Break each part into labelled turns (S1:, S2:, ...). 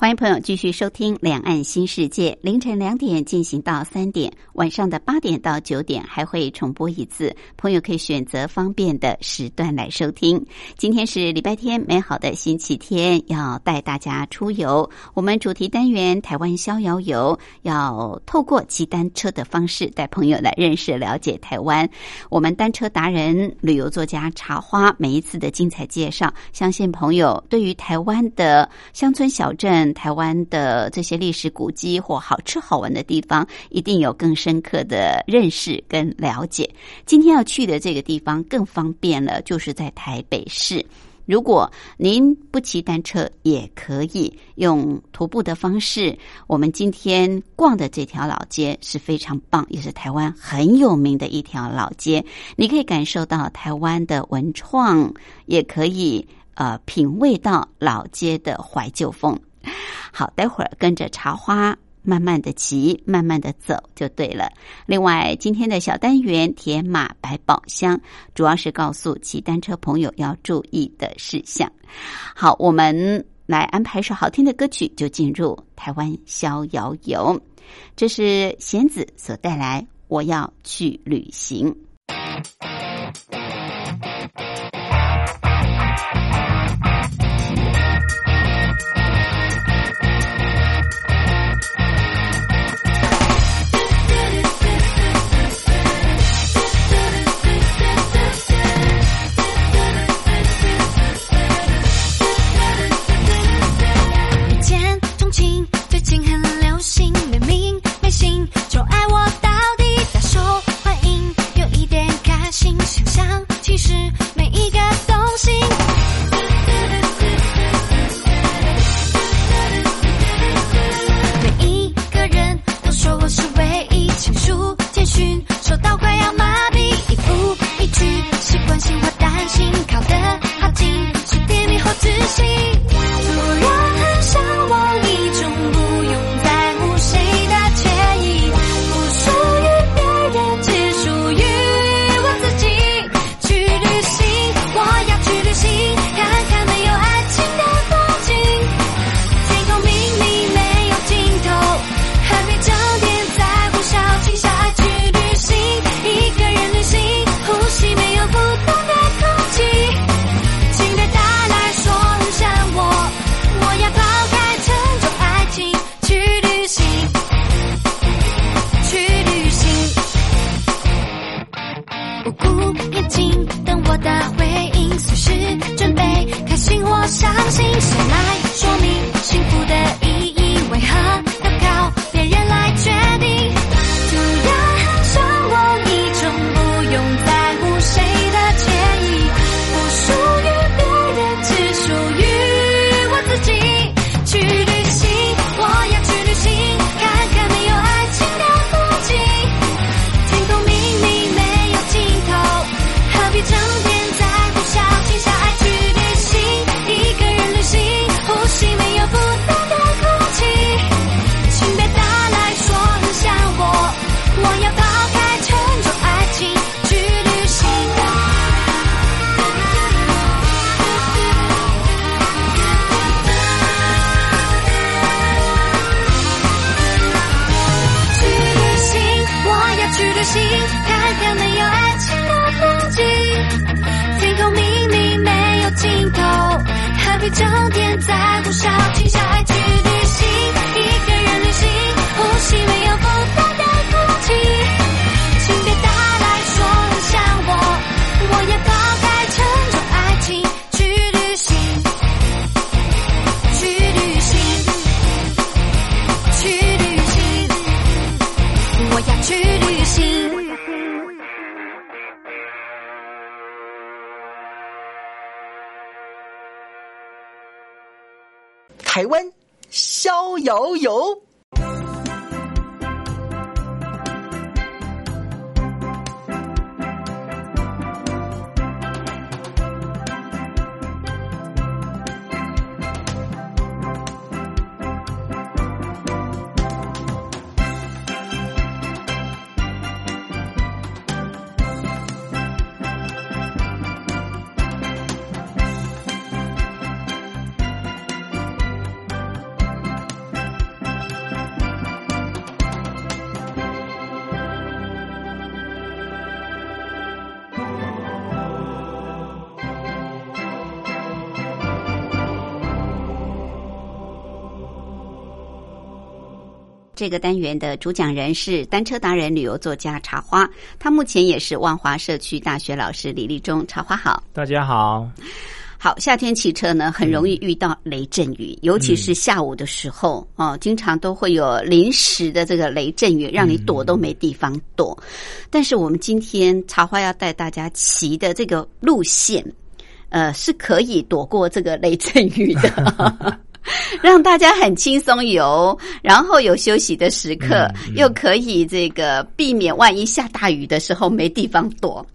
S1: 欢迎朋友继续收听《两岸新世界》，凌晨两点进行到三点，晚上的八点到九点还会重播一次，朋友可以选择方便的时段来收听。今天是礼拜天，美好的星期天，要带大家出游。我们主题单元“台湾逍遥游”要透过骑单车的方式，带朋友来认识、了解台湾。我们单车达人、旅游作家茶花每一次的精彩介绍，相信朋友对于台湾的乡村小镇。台湾的这些历史古迹或好吃好玩的地方，一定有更深刻的认识跟了解。今天要去的这个地方更方便了，就是在台北市。如果您不骑单车，也可以用徒步的方式。我们今天逛的这条老街是非常棒，也是台湾很有名的一条老街。你可以感受到台湾的文创，也可以呃品味到老街的怀旧风。好，待会儿跟着茶花慢慢的骑，慢慢的走就对了。另外，今天的小单元铁马百宝箱，主要是告诉骑单车朋友要注意的事项。好，我们来安排一首好听的歌曲，就进入台湾逍遥游。这是贤子所带来《我要去旅行》。
S2: 台湾逍遥游。
S3: 这个单元的主讲人是单车达人、旅游作家茶花，他目前也是万华社区大学老师李立忠。茶花好，
S4: 大家好。
S3: 好，夏天骑车呢，很容易
S4: 嗯
S3: 遇到雷阵雨，尤其是下午的时候哦，经常都会有临时的这个雷阵雨，让你躲都没地方躲。但是我们今天茶花要带大家骑的这个路线，呃，是可以躲过这个雷阵雨 的。让大家很轻松游，然后有休息的时刻，
S4: 嗯嗯
S3: 又可以这个避免万一下大雨的时候没地方 躲。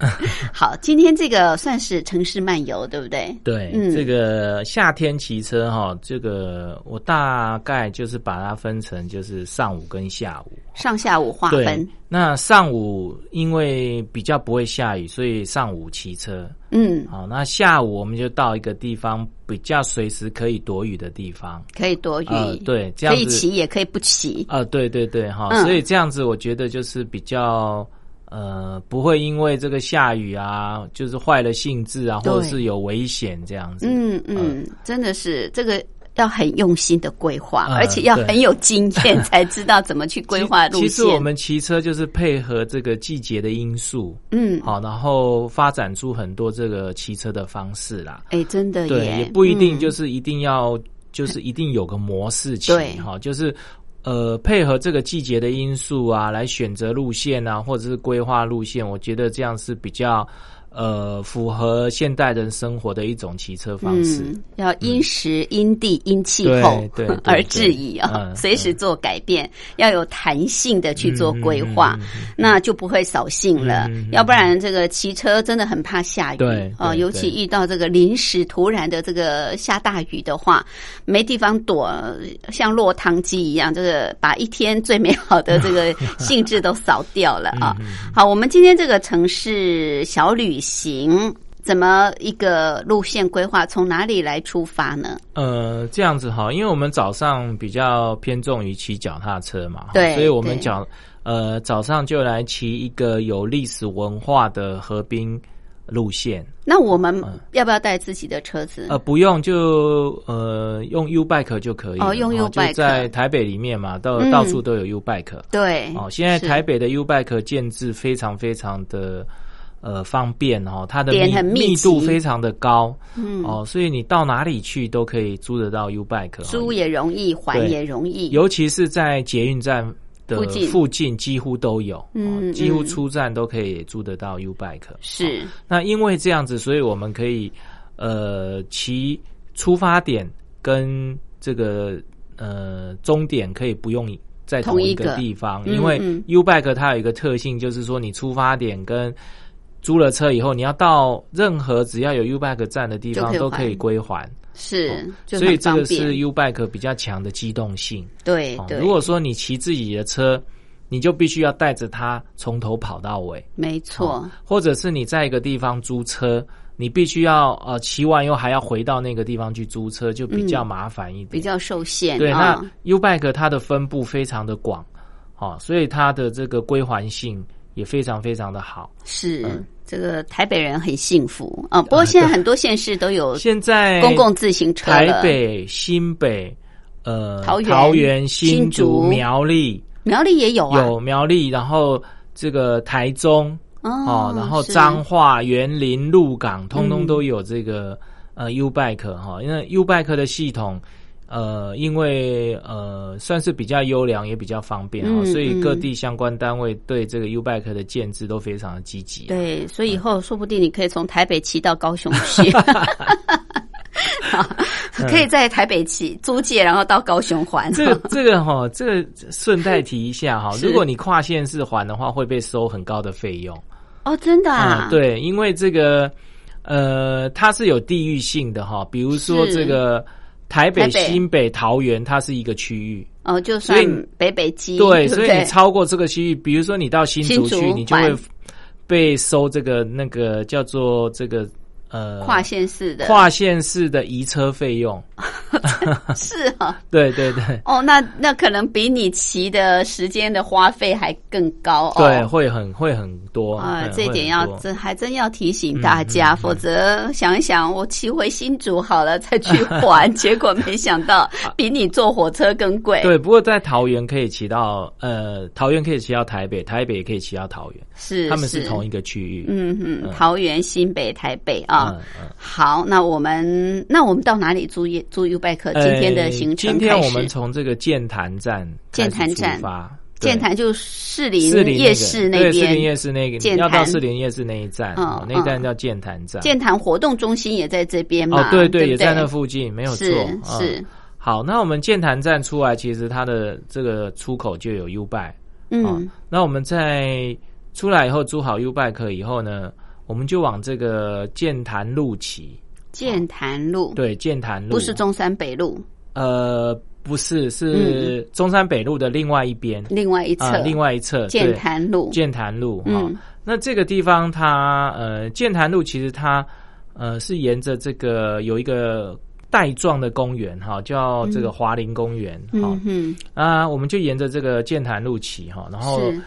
S3: 好，今天这个算是城市漫游，对不对？
S4: 对，
S3: 嗯
S4: 这个夏天骑车哈、这个我大概就是把它分成就是上午跟下午。
S3: 上下午划
S4: 对
S3: 分，，
S4: 那上午因为比较不会下雨，所以上午骑车。
S3: 嗯，
S4: 好，那下午我们就到一个地方比较随时可以躲雨的地方。
S3: 可以躲雨，
S4: 呃，对，这
S3: 可
S4: 样
S3: 以
S4: 子。
S3: 骑也可以不骑，
S4: 啊、对对对，哈、
S3: 嗯
S4: 所以这样子我觉得就是比较。呃，不会因为这个下雨啊，就是坏了兴致啊，
S3: 对
S4: 或者是有危险这样子。
S3: 嗯嗯，真的是这个。要很用心的规划，
S4: 呃
S3: 而且要
S4: 对
S3: 很有经 验，才知道怎么去规划路线。
S4: 其实我们骑车就是配合这个季节的因素，
S3: 嗯，
S4: 好，然后发展出很多这个骑车的方式啦。
S3: 哎、真的
S4: 对，
S3: 耶，
S4: 也不一定
S3: 嗯
S4: 就是一定要，就是一定有个模式骑
S3: 对
S4: 哈，就是。呃，配合这个季节的因素啊，来选择路线啊，或者是规划路线，我觉得这样是比较呃符合现代人生活的一种骑车方式。
S3: 嗯、要因时、因地、因气候
S4: 对对对
S3: 而质疑啊、
S4: 嗯
S3: 随时做改变，要有弹性的去做规划，
S4: 嗯嗯嗯
S3: 那就不会扫兴了、
S4: 嗯嗯嗯
S3: 要不然这个骑车真的很怕下雨，
S4: 对
S3: 呃，
S4: 对
S3: 尤其遇到这个临时突然的这个下大雨的话，没地方躲，像落汤鸡一样，这个把一天最美好的这个兴致都扫掉
S4: 嗯
S3: 了啊。好，我们今天这个城市小旅行。怎么一个路线规划？从哪里来出发呢？
S4: 呃，这样子哈，因为我们早上比较偏重于骑脚踏车嘛，哈
S3: 对
S4: 所以我们
S3: 对
S4: 脚呃早上就来骑一个有历史文化的河滨路线，
S3: 那我们要不要带自己的车子？
S4: 嗯呃，不用就呃用 U bike 就可以了，
S3: 哦用
S4: 哈
S3: U-bike
S4: 就在台北里面嘛，到、
S3: 嗯
S4: 到处都有 U bike，
S3: 对，
S4: 哦，现在
S3: 是
S4: 台北的 U bike 建制非常非常的呃方便哦，它的
S3: 点
S4: 密
S3: 很密
S4: 密度
S3: 集
S4: 非常的高、
S3: 嗯，
S4: 哦，所以你到哪里去都可以租得到 U bike，哦
S3: 租也容易，还
S4: 对
S3: 也容易。
S4: 尤其是在捷运站的
S3: 附近
S4: 附近，几乎都有，
S3: 嗯
S4: 哦几乎
S3: 嗯
S4: 出站都可以租得到 U bike。哦
S3: 是，
S4: 那因为这样子，所以我们可以呃，其出发点跟这个呃终点可以不用。在
S3: 同
S4: 同
S3: 一
S4: 一
S3: 个
S4: 个地方，
S3: 嗯
S4: 因为
S3: 嗯
S4: U bike 它有一个特性，就是说你出发点跟租了车以后，你要到任何只要有 U bike 站的地
S3: 就
S4: 方
S3: 可以
S4: 都可以
S3: 还
S4: 归还，
S3: 是，就
S4: 哦所以
S3: 很
S4: 这
S3: 方
S4: 个是
S3: 便。
S4: U bike 比较强的机动性。
S3: 对
S4: 哦
S3: 对，
S4: 如果说你骑自己的车，你就必须要带着它从头跑到尾，
S3: 没错，
S4: 或者是你在一个地方租车，你必须要呃骑完以后还要回到那个地方去租车，就比较麻烦一
S3: 嗯比
S4: 点。
S3: 较受限
S4: 对，
S3: 啊
S4: 那。U Bike 它的分布非常的广，哦，所以它的这个归还性也非常非常的好。
S3: 是
S4: 嗯
S3: 这个台北人很幸福啊。不过现在很多县市都有
S4: 现在
S3: 哦公共自行车
S4: 台
S3: 了，
S4: 北、新北、呃
S3: 桃园新
S4: 新
S3: 竹
S4: 竹、苗栗
S3: 苗栗也有啊。
S4: 有苗栗，然后这个台中。哦，然后
S3: 是
S4: 彰化、园林、鹿港，通
S3: 嗯
S4: 通都有这个、呃 U Bike 哈、因为 U Bike 的系统，呃，因为呃算是比较优良，也比较方便哈、
S3: 嗯
S4: 所以各
S3: 嗯
S4: 地相关单位对这个 U Bike 的建制都非常的积极。
S3: 对，
S4: 嗯 嗯
S3: 所以以后说不定你可以从台北骑到高雄去。可以在台北起租借，然后到高雄还。
S4: 这个这个哈、这个顺带提一下哈、
S3: 是
S4: 如果你跨县市还的话，会被收很高的费用
S3: 哦，真的啊
S4: 嗯，，对，因为这个呃，它是有地域性的哈、比如说
S3: 是
S4: 这个台北、
S3: 台北
S4: 新北、桃园，它是一个区域。
S3: 哦，就
S4: 所以
S3: 算北北基，
S4: 对，
S3: 对不
S4: 所
S3: 对，
S4: 以你超过这个区域，比如说你到新竹
S3: 新
S4: 去，
S3: 竹
S4: 你就
S3: 环
S4: 会被收这个那个叫做这个呃
S3: 跨县市的，
S4: 跨县市的移车费用。
S3: 是啊，
S4: 对对对。
S3: 哦，那那可能比你骑的时间的花费还更高哦。
S4: 对，会很会很多嗯
S3: 啊，
S4: 对
S3: 这一
S4: 会
S3: 点
S4: 很
S3: 要
S4: 多
S3: 真还真要提醒大
S4: 嗯
S3: 家，否则想一想，我骑回新竹好了 再去还，结果没想到比你坐火车更贵。
S4: 啊对，不过在桃园可以骑到呃，桃园可以骑到台北，台北也可以骑到桃园，
S3: 是
S4: 他们是同一个区域。
S3: 嗯嗯，
S4: 嗯
S3: 桃园、新北、台北啊。
S4: 嗯嗯
S3: 好，那我们那我们到哪里租夜租 U bike？今天的行程
S4: 呃今
S3: 开
S4: 天
S3: 始，
S4: 我们从这个剑潭站
S3: 剑潭
S4: 开始出
S3: 站
S4: 发，对
S3: 建潭就是士林
S4: 士林那个
S3: 夜市那
S4: 对士林
S3: 边，
S4: 夜市那个
S3: 剑潭
S4: 要到士林夜市那一站，
S3: 嗯
S4: 哦那一站
S3: 嗯
S4: 叫剑潭站。
S3: 建潭活动中心也在这边
S4: 哦
S3: 嘛，，
S4: 对
S3: 对不对，
S4: 也在那附近，没有错
S3: 是。
S4: 嗯
S3: 是，
S4: 好，那我们剑潭站出来，其实它的这个出口就有 U bike。啊
S3: 嗯，
S4: 那我们在出来以后租好 U bike 以后呢，我们就往这个剑潭路骑。
S3: 建潭路
S4: 对，剑潭路
S3: 不是中山北路，
S4: 呃不是
S3: 嗯
S4: 是中山北路的另外一边
S3: 另外一
S4: 啊、
S3: 侧，
S4: 另外一侧
S3: 建
S4: 对啊
S3: 潭路，
S4: 剑潭路哈、
S3: 嗯
S4: 那这个地方它呃剑潭路其实它呃是沿着这个有一个。带状的公园哈，叫这个华林公园哈
S3: 嗯哼，
S4: 啊，我们就沿着这个剑潭路骑哈，然后
S3: 是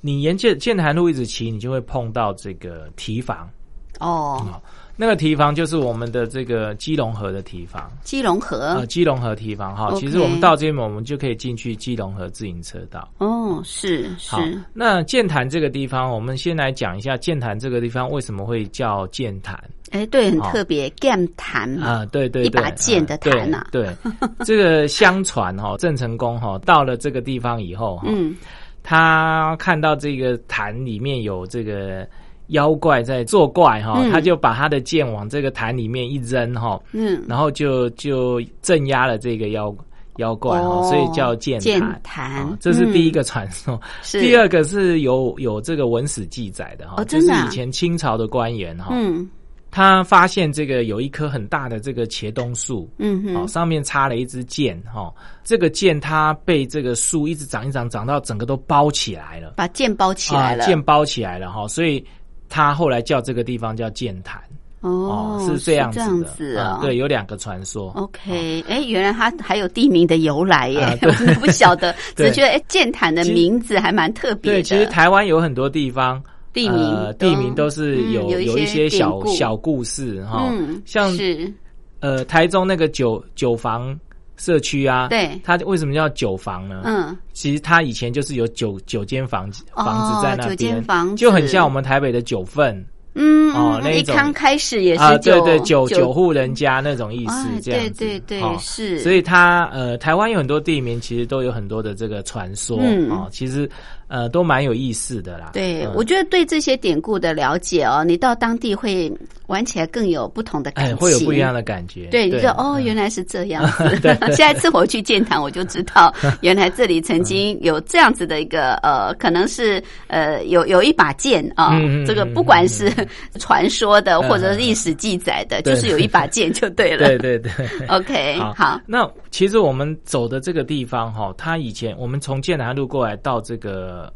S4: 你沿剑剑潭路一直骑，你就会碰到这个堤防。啊
S3: 哦，
S4: 那个堤防就是我们的这个基隆河的堤防，
S3: 基隆河
S4: 呃，，基隆河堤防哈。
S3: 哦 OK
S4: 其实我们到这边，我们就可以进去基隆河自行车道。
S3: 哦，是
S4: 好
S3: 是，，
S4: 那剑潭这个地方，我们先来讲一下剑潭这个地方为什么会叫剑潭
S3: 哎，对，很
S4: 好
S3: 特别，剑潭嘛，
S4: 啊？对对
S3: 嗯
S4: 对，
S3: 一把剑的潭啊
S4: 啊。 对，对这个相传哈，郑成功哈到了这个地方以后哈，
S3: 嗯，
S4: 他看到这个坛里面有这个妖怪在作怪哈、
S3: 嗯
S4: 他就把他的剑往这个坛里面一扔哈、
S3: 嗯，
S4: 然后就就镇压了这个妖妖怪哈、
S3: 哦
S4: 所以叫剑
S3: 剑
S4: 坛。
S3: 潭
S4: 啊这是第一
S3: 嗯
S4: 个传说。
S3: 是
S4: 第，二个是有有这个文史记载的哈、
S3: 哦
S4: 就
S3: 真
S4: 是
S3: 的啊
S4: 以前清朝的官员哈、
S3: 嗯
S4: 他发现这个有一棵很大的这个茄冬树，
S3: 嗯
S4: 哦，
S3: 哼，
S4: 上面插了一支箭，哈、哦，这个箭它被这个树一直长一长，长到整个都包起来了，
S3: 把剑包起来了，
S4: 啊，箭包起来了哈、所以他后来叫这个地方叫剑潭，
S3: 哦，
S4: 啊是这样
S3: 这
S4: 子
S3: 样
S4: 的，
S3: 子哦
S4: 啊对，有两个传说。
S3: OK，哎，原来它还有地名的由来耶
S4: 啊，
S3: 我都不晓得，只
S4: 对
S3: 觉得哎，剑潭的
S4: 其实
S3: 名字还蛮特别
S4: 对，
S3: 的。
S4: 其实台湾有很多地方
S3: 地名
S4: 呃、
S3: 都
S4: 地名都是
S3: 嗯
S4: 有、
S3: 有一
S4: 有一
S3: 些
S4: 些
S3: 典
S4: 小
S3: 故
S4: 小故事哈、
S3: 嗯，
S4: 像
S3: 是
S4: 呃台中那个九九房社区啊，
S3: 对
S4: 它为什么叫九房呢？
S3: 嗯，
S4: 其实它以前就是有九九间房子
S3: 哦
S4: 房子在那
S3: 九
S4: 边，
S3: 间房子
S4: 就很像我们台北的九份
S3: 嗯，
S4: 哦
S3: 嗯
S4: 那
S3: 一
S4: 一种
S3: 刚开始也
S4: 啊，
S3: 是
S4: 对
S3: 九
S4: 对，九九户人家那种意
S3: 啊
S4: 思，，这
S3: 对
S4: 样子。
S3: 对对，
S4: 哦
S3: 是，
S4: 所以它呃，台湾有很多地名，其实都有很多的这个传说
S3: 嗯
S4: 哦，其实呃都蛮有意思的啦。
S3: 对、
S4: 嗯
S3: 我觉得对这些典故的了解哦，你到当地会玩起来更有不同的感
S4: 哎
S3: 情，
S4: 会有不一样的感觉。嗯
S3: 对，你说哦，原来是这样 子。 下一次我去建堂，我就知道原来这里曾经有这样子的一个呃，可能是呃有有一把剑啊、
S4: 嗯嗯嗯
S3: 这个
S4: 嗯
S3: 不管是传说的、
S4: 嗯
S3: 或者是历史记载的，
S4: 对
S3: 就是有一把剑就对了。
S4: 对对对。
S3: OK，
S4: 好
S3: 好，
S4: 那其实我们走的这个地方哈、它以前我们从剑南路过来到这个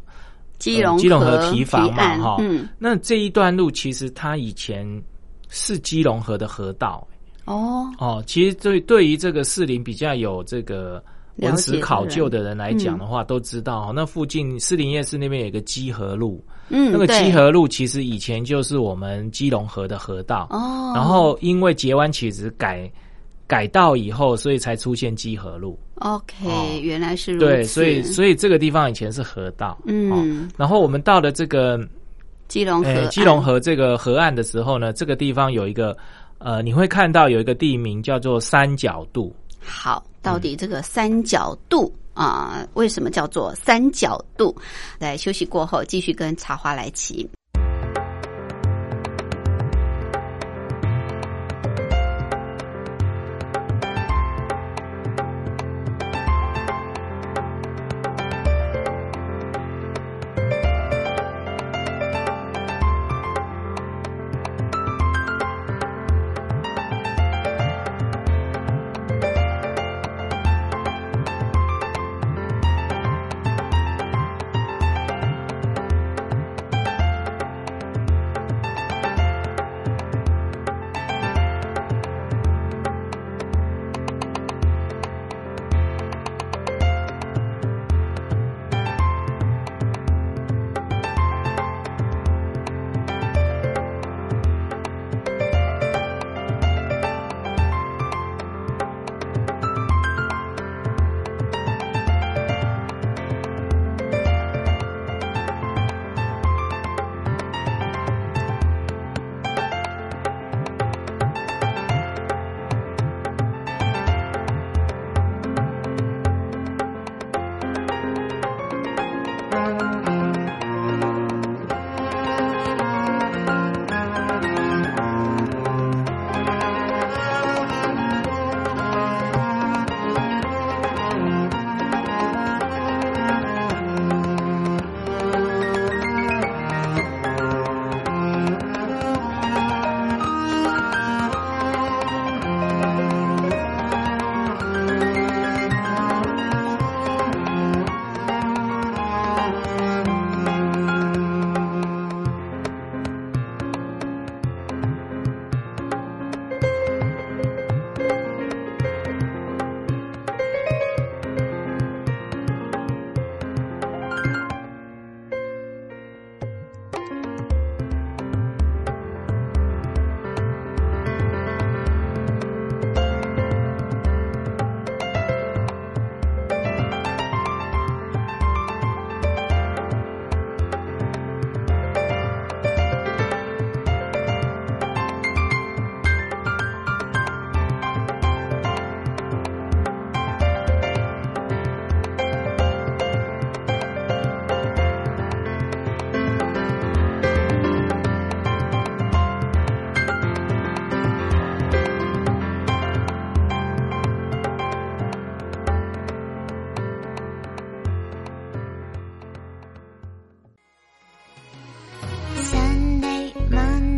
S3: 基隆
S4: 呃基隆
S3: 河
S4: 河堤防嘛
S3: 岸
S4: 哈
S3: 嗯，
S4: 那这一段路，其实它以前是基隆河的河道
S3: 哦，
S4: 哦。其实对对于这个士林比较有这个文史考究的人来讲的话，
S3: 嗯
S4: 都知道、哦、那附近士林夜市那边有一个基河路，
S3: 嗯，
S4: 那个
S3: 对
S4: 基河路其实以前就是我们基隆河的河道，
S3: 哦，
S4: 然后因为截湾其实改改道以后，所以才出现基河路。
S3: OK，、
S4: 哦
S3: 原来嗯是如此，
S4: 对，所以所以这个地方以前是河道，哦，
S3: 嗯，
S4: 然后我们到了这个
S3: 基隆河、
S4: 呃基隆，河这个河岸的时候呢，这个地方有一个呃，你会看到有一个地名叫做三角渡，
S3: 好，到底这个三角度啊、为什么叫做三角度？来休息过后，继续跟茶花来骑。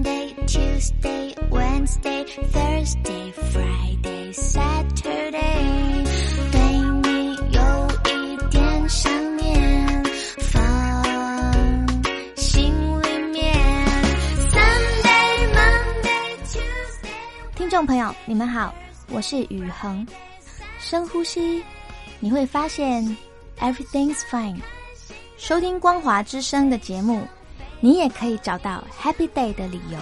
S1: Tuesday, Wednesday, Thursday, Friday, Saturday。对你有一点想念，放心里面。Sunday, Monday, Tuesday。
S5: 听众朋友，你们好，我是雨恒。深呼吸，你会发现 everything's fine。收听光华之声的节目，你也可以找到 happy day 的理由。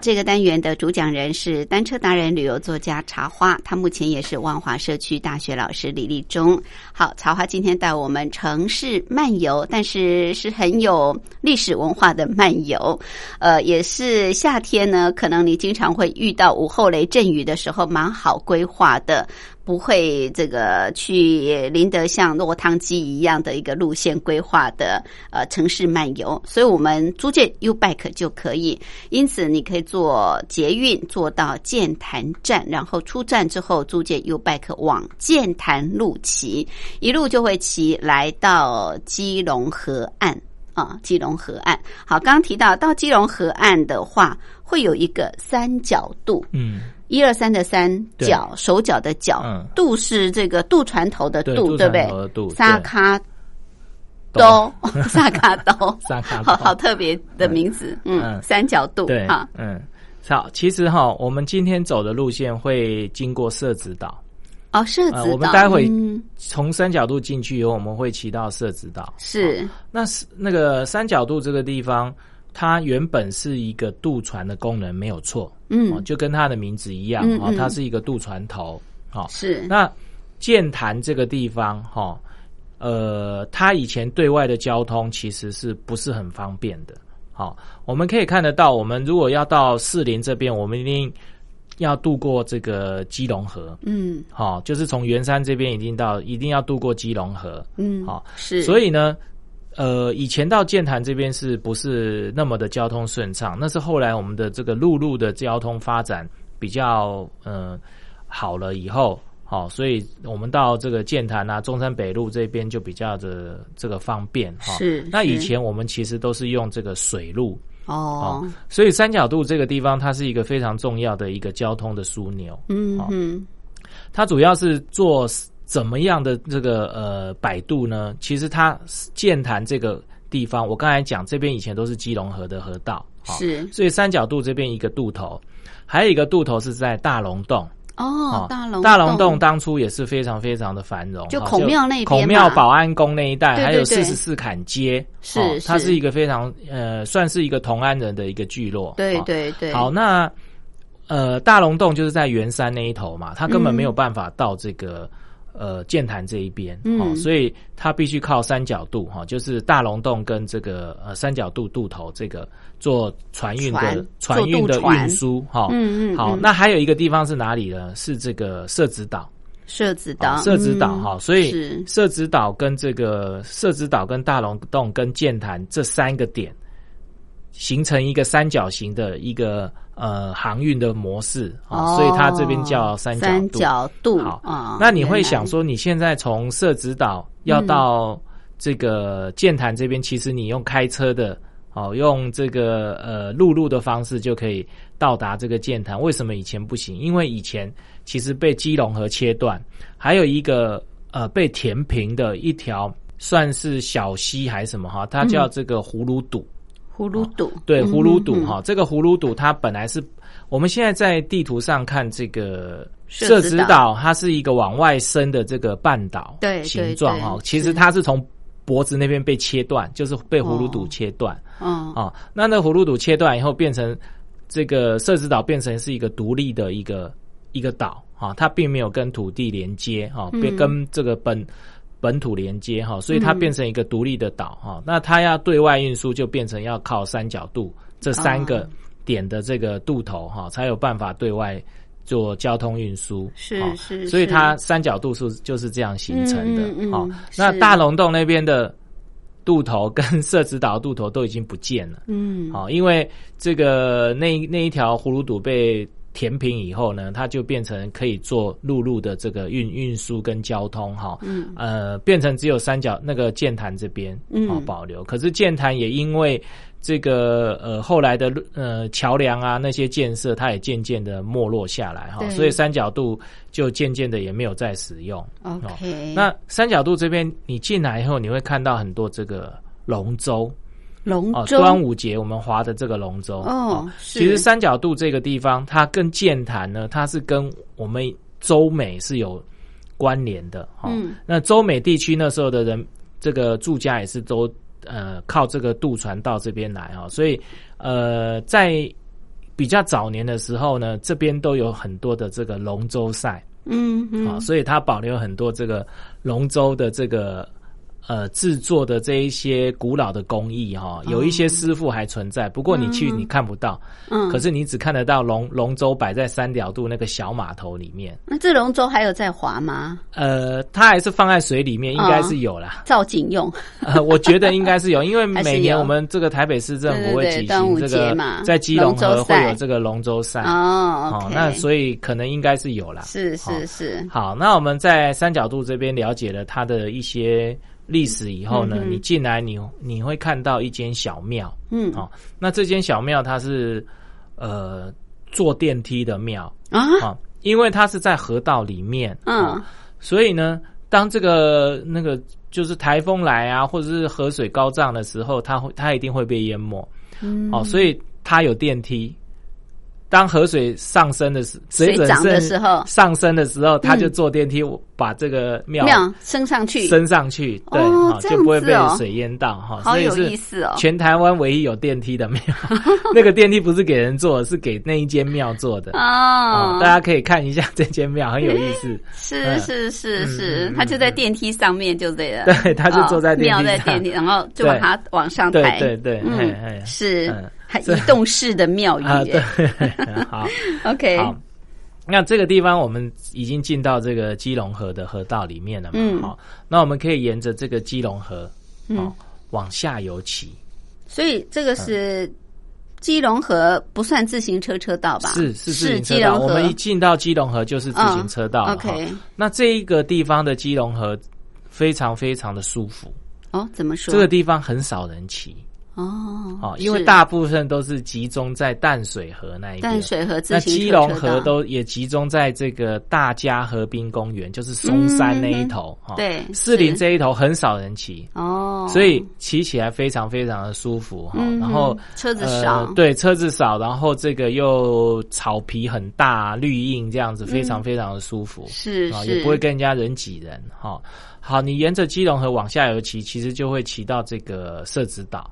S3: 这个单元的主讲人是单车达人、旅游作家茶花，他目前也是万华社区大学老师李立忠。好，茶花今天带我们城市漫游，但是是很有历史文化的漫游。呃，也是夏天呢，可能你经常会遇到午后雷阵雨的时候，蛮好规划的。不会这个去淋得像落汤鸡一样的一个路线规划的呃城市漫游，所以我们租借 U Bike 就可以。因此，你可以坐捷运坐到剑潭站，然后出站之后租借 U Bike 往剑潭路骑，一路就会骑来到基隆河岸啊、基隆河岸。好，刚刚提到到基隆河岸的话，会有一个三角渡，
S4: 嗯，
S3: 一二三的三
S4: 对
S3: 角，手脚的脚，
S4: 嗯
S3: 渡是这个渡船头的
S4: 对
S3: 渡，
S4: 渡
S3: 对不
S4: 船头的
S3: 对？
S4: 渡
S3: 萨
S4: 对
S3: 卡兜， 萨卡 兜，
S4: 萨卡
S3: 好
S4: 兜
S3: 好特别的名字，嗯，
S4: 嗯
S3: 三角渡啊
S4: 对
S3: 哈，，
S4: 嗯，好，其实哈，我们今天走的路线会经过社子岛，
S3: 哦，社
S4: 呃
S3: 子
S4: 我们
S3: 岛
S4: 待会
S3: 嗯
S4: 从三角渡进去以后，我们会骑到社子岛。
S3: 是
S4: 那是那个三角渡这个地方，它原本是一个渡船的功能，没有错，哦，
S3: 嗯
S4: 就跟它的名字一样
S3: 嗯
S4: 哦
S3: 嗯，
S4: 它是一个渡船头。哦，
S3: 是
S4: 那剑潭这个地方哈、哦呃，它以前对外的交通其实是不是很方便的？好、我们可以看得到，我们如果要到士林这边，我们一定要渡过这个基隆河。
S3: 嗯
S4: 好、就是从圆山这边一定到，一定要渡过基隆河。
S3: 嗯
S4: 好
S3: 是，
S4: 所以呢，呃，以前到剑潭这边是不是那么的交通顺畅？那是后来我们的这个陆路的交通发展比较呃好了以后，好、所以我们到这个剑潭啊、中山北路这边就比较的这个方便哈。
S3: 是
S4: 那以
S3: 是
S4: 前我们其实都是用这个水路，
S3: 哦
S4: 哦，所以三角渡这个地方它是一个非常重要的一个交通的枢纽。
S3: 嗯
S4: 好
S3: 嗯
S4: 它主要是做怎么样的这个呃摆渡呢？其实它剑潭这个地方，我刚才讲这边以前都是基隆河的河道，好
S3: 是
S4: 所以三角渡这边一个渡头，还有一个渡头是在大龙洞。
S3: 哦
S4: 哦，
S3: 大龙
S4: 大龙洞当初也是非常非常的繁荣，
S3: 就
S4: 哦
S3: 孔庙那边
S4: 孔庙
S3: 嘛
S4: 保安宫那一带，
S3: 对对
S4: 还有
S3: 对
S4: 四十四坎街，
S3: 是
S4: 哦它
S3: 是
S4: 是一个非常呃，算是一个同安人的一个聚落。
S3: 对
S4: 哦
S3: 对对，
S4: 好，那呃，大龙洞就是在圆山那一头嘛，他根本没有办法到这个、呃剑潭这一边，
S3: 嗯
S4: 哦，所以他必须靠三角渡哈、哦，就是大龙洞跟这个呃三角渡渡头这个做船运的
S3: 船
S4: 运
S3: 做
S4: 的
S3: 渡船
S4: 运输哈。哦
S3: 嗯嗯
S4: 好，
S3: 嗯
S4: 那还有一个地方是哪里呢？是这个社子岛，
S3: 社子
S4: 哦
S3: 岛
S4: 社子岛
S3: 嗯
S4: 哈，所以
S3: 是
S4: 社子岛跟这个社子岛跟大龙洞跟剑潭这三个点，形成一个三角形的一个呃航运的模式啊，所以它这边叫三角
S3: 哦
S4: 渡
S3: 三角渡
S4: 好
S3: 啊，
S4: 那你会
S3: 原来嗯
S4: 想说，你现在从社子岛要到这个剑潭这边，其实你用开车的。哦，用这个呃陆路的方式就可以到达这个剑潭。为什么以前不行？因为以前其实被基隆河切断，还有一个呃被填平的一条算是小溪还是什么哈，
S3: 嗯
S4: 它叫这个葫芦堵。
S3: 葫芦渡
S4: 对，
S3: 嗯
S4: 葫芦堵
S3: 嗯
S4: 哈，这个葫芦堵它本来是我们现在在地图上看这个
S3: 社
S4: 社
S3: 子
S4: 子
S3: 岛
S4: 岛，它是一个往外伸的这个半岛
S3: 对对
S4: 形状哈
S3: 对，
S4: 其
S3: 是
S4: 实它是从脖子那边被切断，就是被葫芦堵
S3: 哦
S4: 切断
S3: 嗯
S4: 啊。那那葫芦堵切断以后，变成这个社子岛变成是一个独立的一个一个岛啊，它并没有跟土地连接啊，
S3: 嗯
S4: 别跟这个本。本土连接哈，所以它
S3: 嗯
S4: 变成一个独立的岛哈、那它要对外运输，就变成要靠三角渡这三
S3: 哦
S4: 个点的这个渡头哈、才有办法对外做交通运输。
S3: 是
S4: 哦
S3: 是
S4: 所以
S3: 是
S4: 它三角渡是就是这样形成的。
S3: 嗯嗯嗯
S4: 哦
S3: 是
S4: 那大龙洞那边的渡头跟社子岛渡头都已经不见了。
S3: 嗯，
S4: 好、因为这个那一那一条葫芦堵被填平以后呢，它就变成可以做陆路的这个运运输跟交通哈，
S3: 嗯
S4: 呃，变成只有三角那个剑潭这边
S3: 嗯
S4: 哦保留，可是剑潭也因为这个呃后来的路呃桥梁啊那些建设，它也渐渐的没落下来哈、
S3: 对
S4: 所以三角渡就渐渐的也没有再使用。
S3: ，OK，
S4: 那三角渡这边你进来以后，你会看到很多这个龙舟
S3: 龙
S4: 哦，
S3: 舟
S4: 端午节我们划的这个龙舟
S3: 哦，是
S4: 其实三角渡这个地方，它跟剑潭呢，它是跟我们洲美是有关联的哈、哦
S3: 嗯
S4: 那洲美地区那时候的人，这个住家也是都呃靠这个渡船到这边来哈、哦，所以呃在比较早年的时候呢，这边都有很多的这个龙舟赛
S3: 嗯
S4: 啊、
S3: 嗯
S4: 所以它保留很多这个龙舟的这个。呃，制作的这一些古老的工艺哈、有一些师傅还存在，不过你去你看不到，
S3: 哦嗯，
S4: 可是你只看得到龙龙舟摆在三角渡那个小码头里面，
S3: 那这龙舟还有在划吗？
S4: 呃，它还是放在水里面，应
S3: 哦
S4: 该是有啦。
S3: 造景用，
S4: 呃，我觉得应该是有，因为
S3: 还是
S4: 每年
S3: 有
S4: 我们这个台北市政府会
S3: 对对对
S4: 举
S3: 端午
S4: 行这
S3: 节
S4: 个
S3: 嘛
S4: 在基隆
S3: 龙
S4: 河
S3: 舟
S4: 会
S3: 赛
S4: 有这个龙舟赛。
S3: 哦
S4: 哦
S3: o，k
S4: 那所以可能应该是有啦。
S3: 是
S4: 哦
S3: 是是，
S4: 好，那我们在三角渡这边了解了它的一些历史以后呢，
S3: 嗯哼
S4: 你进来你你会看到一间小庙，
S3: 嗯
S4: 哦，那这间小庙它是呃坐电梯的庙，
S3: 啊，
S4: 啊，因为它是在河道里面，
S3: 嗯
S4: 啊，所以呢，当这个那个就是台风来啊，或者是河水高涨的时候，它会它一定会被淹没，
S3: 嗯
S4: 哦，所以它有电梯。当河水上升的时，
S3: 水
S4: 水
S3: 涨的
S4: 水
S3: 时候
S4: 上升的时候，它就
S3: 嗯
S4: 坐电梯把这个庙
S3: 庙升上去，
S4: 升上去，对，
S3: 哦
S4: 哈
S3: 这
S4: 就
S3: 样
S4: 不会
S3: 子
S4: 被
S3: 哦
S4: 水淹到哈。
S3: 好
S4: 所以
S3: 有
S4: 是
S3: 意思哦
S4: 全台湾唯一有电 梯的庙，那个电梯不是给人坐的，是给那一间庙坐 的。
S3: 哦
S4: 哦，大家可以看一下这间庙，很有意 思。
S3: 是
S4: 嗯
S3: 是是
S4: 嗯
S3: 是
S4: 嗯，
S3: 他就在电梯上面就对了，
S4: 对他就
S3: 哦
S4: 坐在电
S3: 庙
S4: 梯
S3: 在
S4: 上
S3: 电梯，然后就把
S4: 对
S3: 它往上
S4: 对
S3: 抬，
S4: 对对嘿
S3: 嗯
S4: 嘿，
S3: 是
S4: 嗯
S3: 还
S4: 这
S3: 移动式的庙宇
S4: 啊，对
S3: 耶，
S4: 好，
S3: ，OK，
S4: 好。那这个地方我们已经进到这个基隆河的河道里面了嘛？
S3: 嗯
S4: 好，那我们可以沿着这个基隆河，
S3: 嗯
S4: 哦，往下游骑。
S3: 所以这个
S4: 嗯
S3: 是基隆河不算自行车车道吧？
S4: 是是自行车
S3: 基
S4: 道，
S3: 隆
S4: 我
S3: 河
S4: 们一进到基隆河就是自行车道
S3: 嗯
S4: 了。
S3: ，OK
S4: 哈那这一个地方的基隆河非常非常的舒服，
S3: 哦，怎么说？
S4: 这个地方很少人骑
S3: 哦
S4: 哦，因为
S3: 是
S4: 大部分都是集中在淡水河那一边。
S3: 淡水河自
S4: 那
S3: 行车
S4: 基隆
S3: 车
S4: 河
S3: 道
S4: 都也集中在这个大家河滨公园，就是松山那一头哈、
S3: 对
S4: 士林
S3: 是
S4: 啊这一头很少人骑，
S3: 哦，
S4: 所以骑起来非常非常的舒服哈、
S3: 嗯哼
S4: 然后
S3: 车子少
S4: 呃，对，车子少，然后这个又草皮很大，绿荫这样子，非常非常的舒服。
S3: 嗯是
S4: 啊，
S3: 是
S4: 也不会跟人家人挤人哈、好，你沿着基隆河往下游骑，其实就会骑到这个社子岛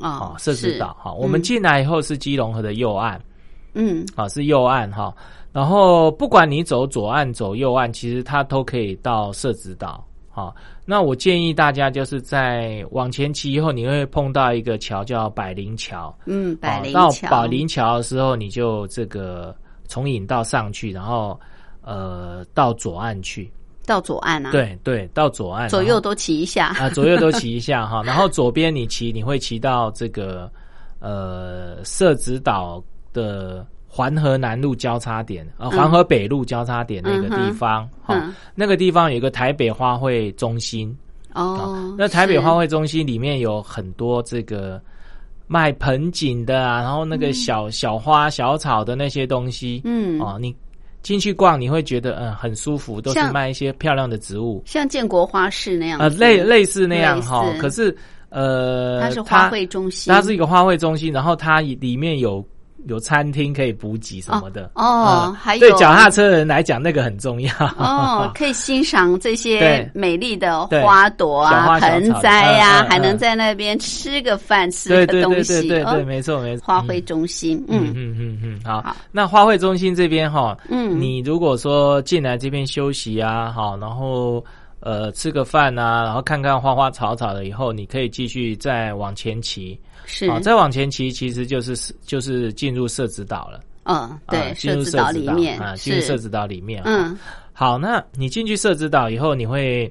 S4: 啊
S3: 哦，，
S4: 社子
S3: 是
S4: 岛哈、我们进来以后是基隆河的右岸，
S3: 嗯
S4: 啊，是右岸哈。然后不管你走左岸走右岸，其实它都可以到社子岛。好，那我建议大家就是在往前骑以后，你会碰到一个桥叫百灵桥。
S3: 嗯，百
S4: 啊
S3: 灵
S4: 到
S3: 桥
S4: 百灵桥的时候，你就这个从引道上去，然后呃到左岸去。
S3: 到左岸啊，，
S4: 对对，到左岸。
S3: 左
S4: 然后
S3: 右都骑一下，
S4: 啊，左右都骑一下哈。然 后左边你骑，你会骑到这个呃社子岛的环河南路交叉点，呃环河北路交叉点那个地方 哈、
S3: 嗯嗯哼嗯
S4: 那个地方有一个台北花卉中心啊、
S3: 哦，
S4: 那台北
S3: 是
S4: 花卉中心里面有很多这个。卖盆景的
S3: 嗯
S4: 啊，然后那个小、小花、小草的那些东西，
S3: 嗯
S4: 哦，你进去逛，你会觉得嗯很舒服，都是
S3: 像
S4: 卖一些漂亮的植物。
S3: 像建国花市那样
S4: 呃，
S3: 子
S4: 类类似那样
S3: 类似
S4: 哈，可是呃，
S3: 它是花卉中心，
S4: 它是一个花卉中心，然后它里面有有餐厅可以补给什么的
S3: 哦哦
S4: 嗯
S3: 还有
S4: 对脚踏车人来讲，那个很重要
S3: 哦，，可以欣赏这些
S4: 对
S3: 美丽的
S4: 对
S3: 花朵
S4: 小花
S3: 啊、
S4: 小草
S3: 盆栽呀
S4: 嗯嗯，嗯
S3: 还能在那边吃个饭、吃
S4: 对
S3: 个
S4: 对
S3: 东
S4: 对对
S3: 西，
S4: 对对，
S3: 哦
S4: 没错没错，
S3: 花卉中心，
S4: 嗯
S3: 嗯
S4: 嗯嗯嗯，
S3: 好
S4: 好。那花卉中心这边哈，
S3: 嗯
S4: 你如果说进来这边休息啊，好，然后呃吃个饭啊，然后看看花花草草了以后，你可以继续再往前骑，
S3: 是
S4: 啊好，再往前骑其实就是就是进入社子岛了。
S3: 嗯
S4: 啊
S3: 对，
S4: 进入
S3: 子
S4: 社
S3: 岛
S4: 子
S3: 里
S4: 岛
S3: 面
S4: 啊，进入社
S3: 是
S4: 子岛里面。嗯，
S3: 嗯
S4: 好，那你进去社子岛以后，你会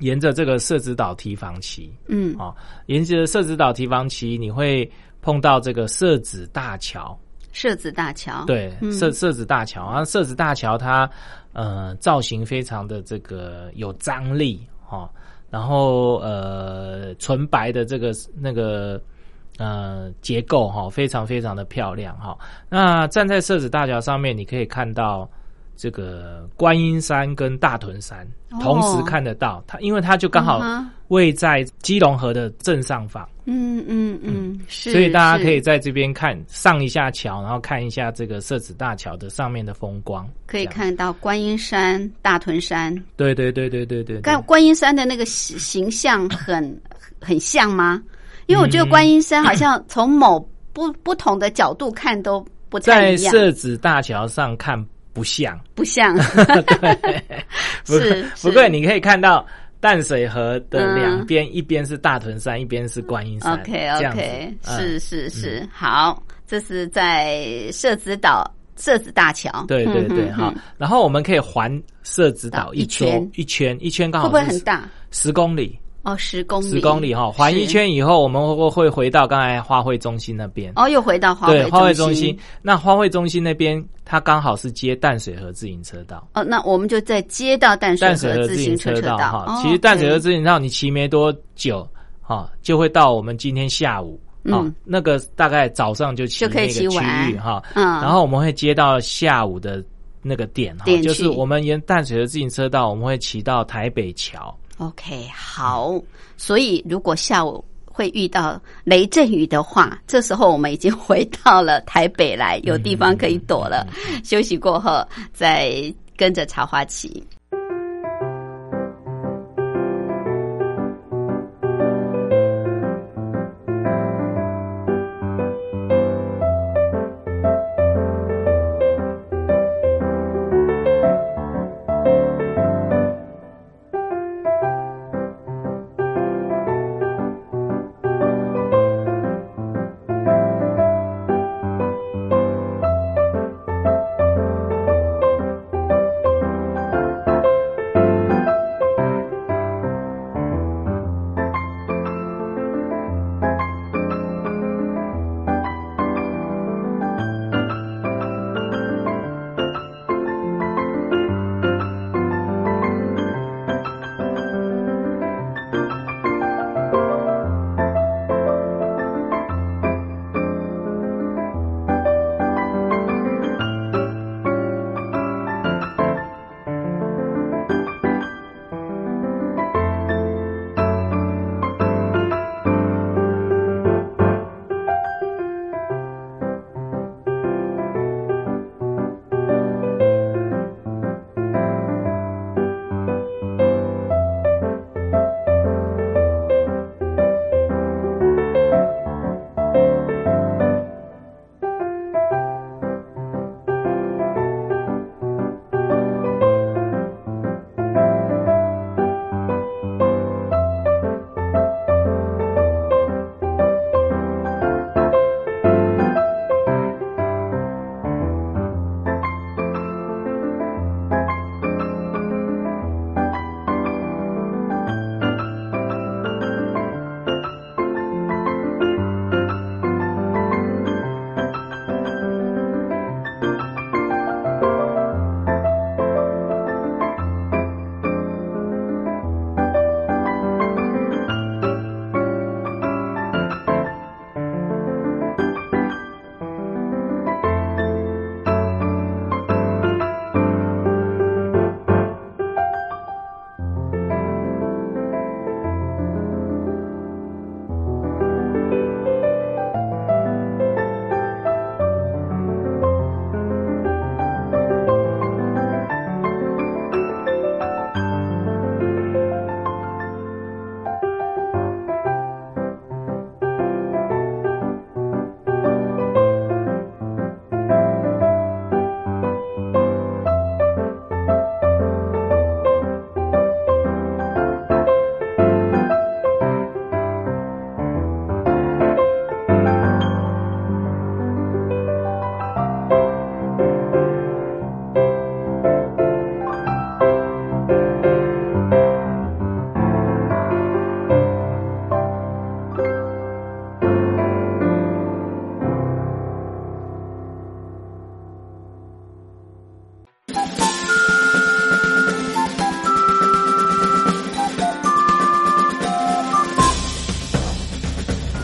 S4: 沿着这个社子岛提防旗
S3: 嗯
S4: 啊，沿着社子岛提防旗，你会碰到这个社子大桥
S3: 社子大桥，
S4: 对，
S3: 嗯
S4: 社社子大桥啊，社子大桥它呃造型非常的这个有张力哦，然后呃纯白的这个那个呃结构哈、哦，非常非常的漂亮哈、那站在社子大桥上面，你可以看到。这个观音山跟大屯山
S3: 哦
S4: 同时看得到，它因为它就刚好
S3: 嗯哼
S4: 位在基隆河的正上方，
S3: 嗯嗯嗯，是，
S4: 所以大家可以
S3: 是
S4: 在这边看上一下桥，然后看一下这个社子大桥的上面的风光，
S3: 可以
S4: 这样。
S3: 看到观音山、大屯山，
S4: 对对对对对对，
S3: 观观音山的那个形形象很很像吗？因为我觉得观音山好像
S4: 嗯
S3: 从某不不同的角度看都不太
S4: 在
S3: 一样，
S4: 社子大桥上看不像，
S3: 不 像。
S4: 不
S3: 是
S4: 不
S3: 是
S4: 过你可以看到淡水河的
S3: 嗯
S4: 两边，一边是大屯山，一边是观音山。
S3: OK
S4: 这样子
S3: OK，
S4: 嗯
S3: 是是是，好，这是在社子岛社子大桥，
S4: 对对对，
S3: 嗯
S4: 哈、
S3: 嗯嗯
S4: 然后我们可以环社子岛
S3: 岛
S4: 一
S3: 一
S4: 周
S3: 圈
S4: 一圈，一圈刚好
S3: 会不会
S4: 是
S3: 很大？
S4: 十公里，
S3: 哦，十公里，
S4: 十公里哈，环一
S3: 是。
S4: 圈以后，我们会会回到刚才花卉中心那边。
S3: 哦，又回到花
S4: 对，花卉
S3: 卉
S4: 中
S3: 心
S4: 心。，那花卉中心那边，它刚好是接淡水河自行车道，
S3: 哦，那我们就再接到淡水
S4: 淡水
S3: 河
S4: 河
S3: 自
S4: 自
S3: 行
S4: 行
S3: 车
S4: 车
S3: 道。
S4: 道
S3: 哦
S4: 哈。其实淡水河
S3: OK
S4: 自行车道，你骑没多久，哈，就会到我们今天下午，啊
S3: 嗯，
S4: 那个大概早上就骑
S3: 就可
S4: 那
S3: 以
S4: 个
S3: 骑
S4: 区
S3: 完
S4: 域哈，
S3: 嗯
S4: 然后我们会接到下午的那个点哈
S3: 点，
S4: 就
S3: 去
S4: 是我们沿淡水河自行车道，我们会骑到台北桥，
S3: 哦 OK，好。所以如果下午会遇到雷阵雨的话，这时候我们已经回到了台北来，有地方可以躲
S4: 嗯
S3: 了。休息过后再跟着茶花骑。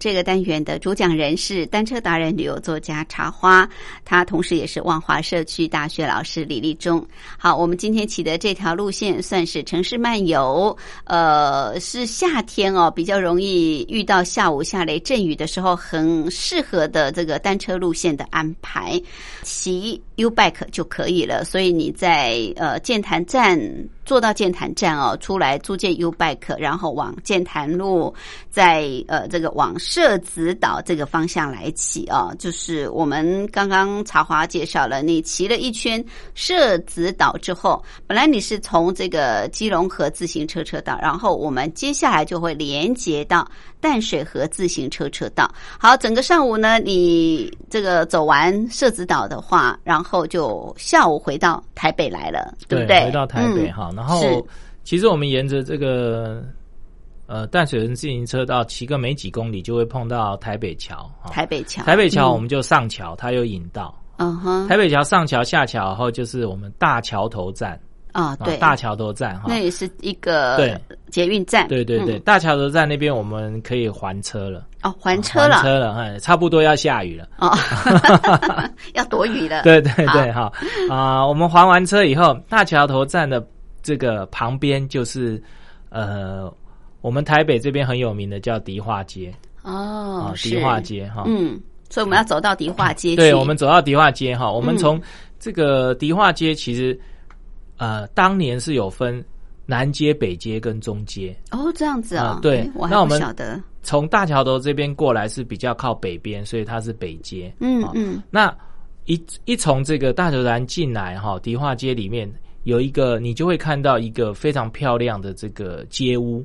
S3: 这个单元的主讲人是单车达人、旅游作家茶花，他同时也是万华社区大学老师李立忠。好，我们今天骑的这条路线算是城市漫游，呃，是夏天哦，比较容易遇到下午下雷阵雨的时候，很适合的这个单车路线的安排，骑 U bike 就可以了。所以你在呃剑潭站坐到剑潭站哦，出来租借 U bike，然后往剑潭路，在呃这个往社子岛这个方向来骑哦，就是我们刚刚茶华介绍了，你骑了一圈呃社子岛之后，本来你是从这个基隆河自行车车道，然后我们接下来就会连接到淡水河自行车车道。好，整个上午呢，你这个走完社子岛的话，然后就下午回到台北来了，不对？
S4: 回到台北
S3: 嗯
S4: 哈、然
S3: 是
S4: 后其实我们沿着这个呃淡水人自行车道骑个没几公里，就会碰到台北桥哈、
S3: 台北桥，
S4: 台北桥我
S3: 嗯
S4: 们就上桥，它有引道。
S3: 嗯哼，
S4: 台北桥上桥下桥后就是我们大桥头站
S3: 啊，
S4: 啊
S3: 对，，
S4: 大桥头站哈
S3: 那。也是一个
S4: 对
S3: 捷运站，
S4: 对对对，
S3: 嗯，
S4: 大桥头站那边我们可以还车了，
S3: 哦，还车了
S4: 还，车了，哎，差不多要下雨了。
S3: 哦， 要躲雨 了，
S4: 对对对，哈啊、我们还完车以后，大桥头站的这个旁边就是呃，我们台北这边很有名的叫迪化街
S3: 哦
S4: 啊，，
S3: 是
S4: 迪化，街哈。
S3: 嗯，所以我们要走到迪化街去，
S4: 对，我们走到迪化街哈，我们
S3: 嗯
S4: 从这个迪化街其实呃，当年是有分南街、北街跟中街。
S3: 哦这样子哦
S4: 啊，对
S3: 哎我还
S4: 那我
S3: 不
S4: 们
S3: 晓得，
S4: 从大桥头这边过来是比较靠北边，所以它是北街。
S3: 嗯
S4: 啊
S3: 嗯，
S4: 那一一从这个大球坛进来哈，迪化街里面有一个，你就会看到一个非常漂亮的这个街屋，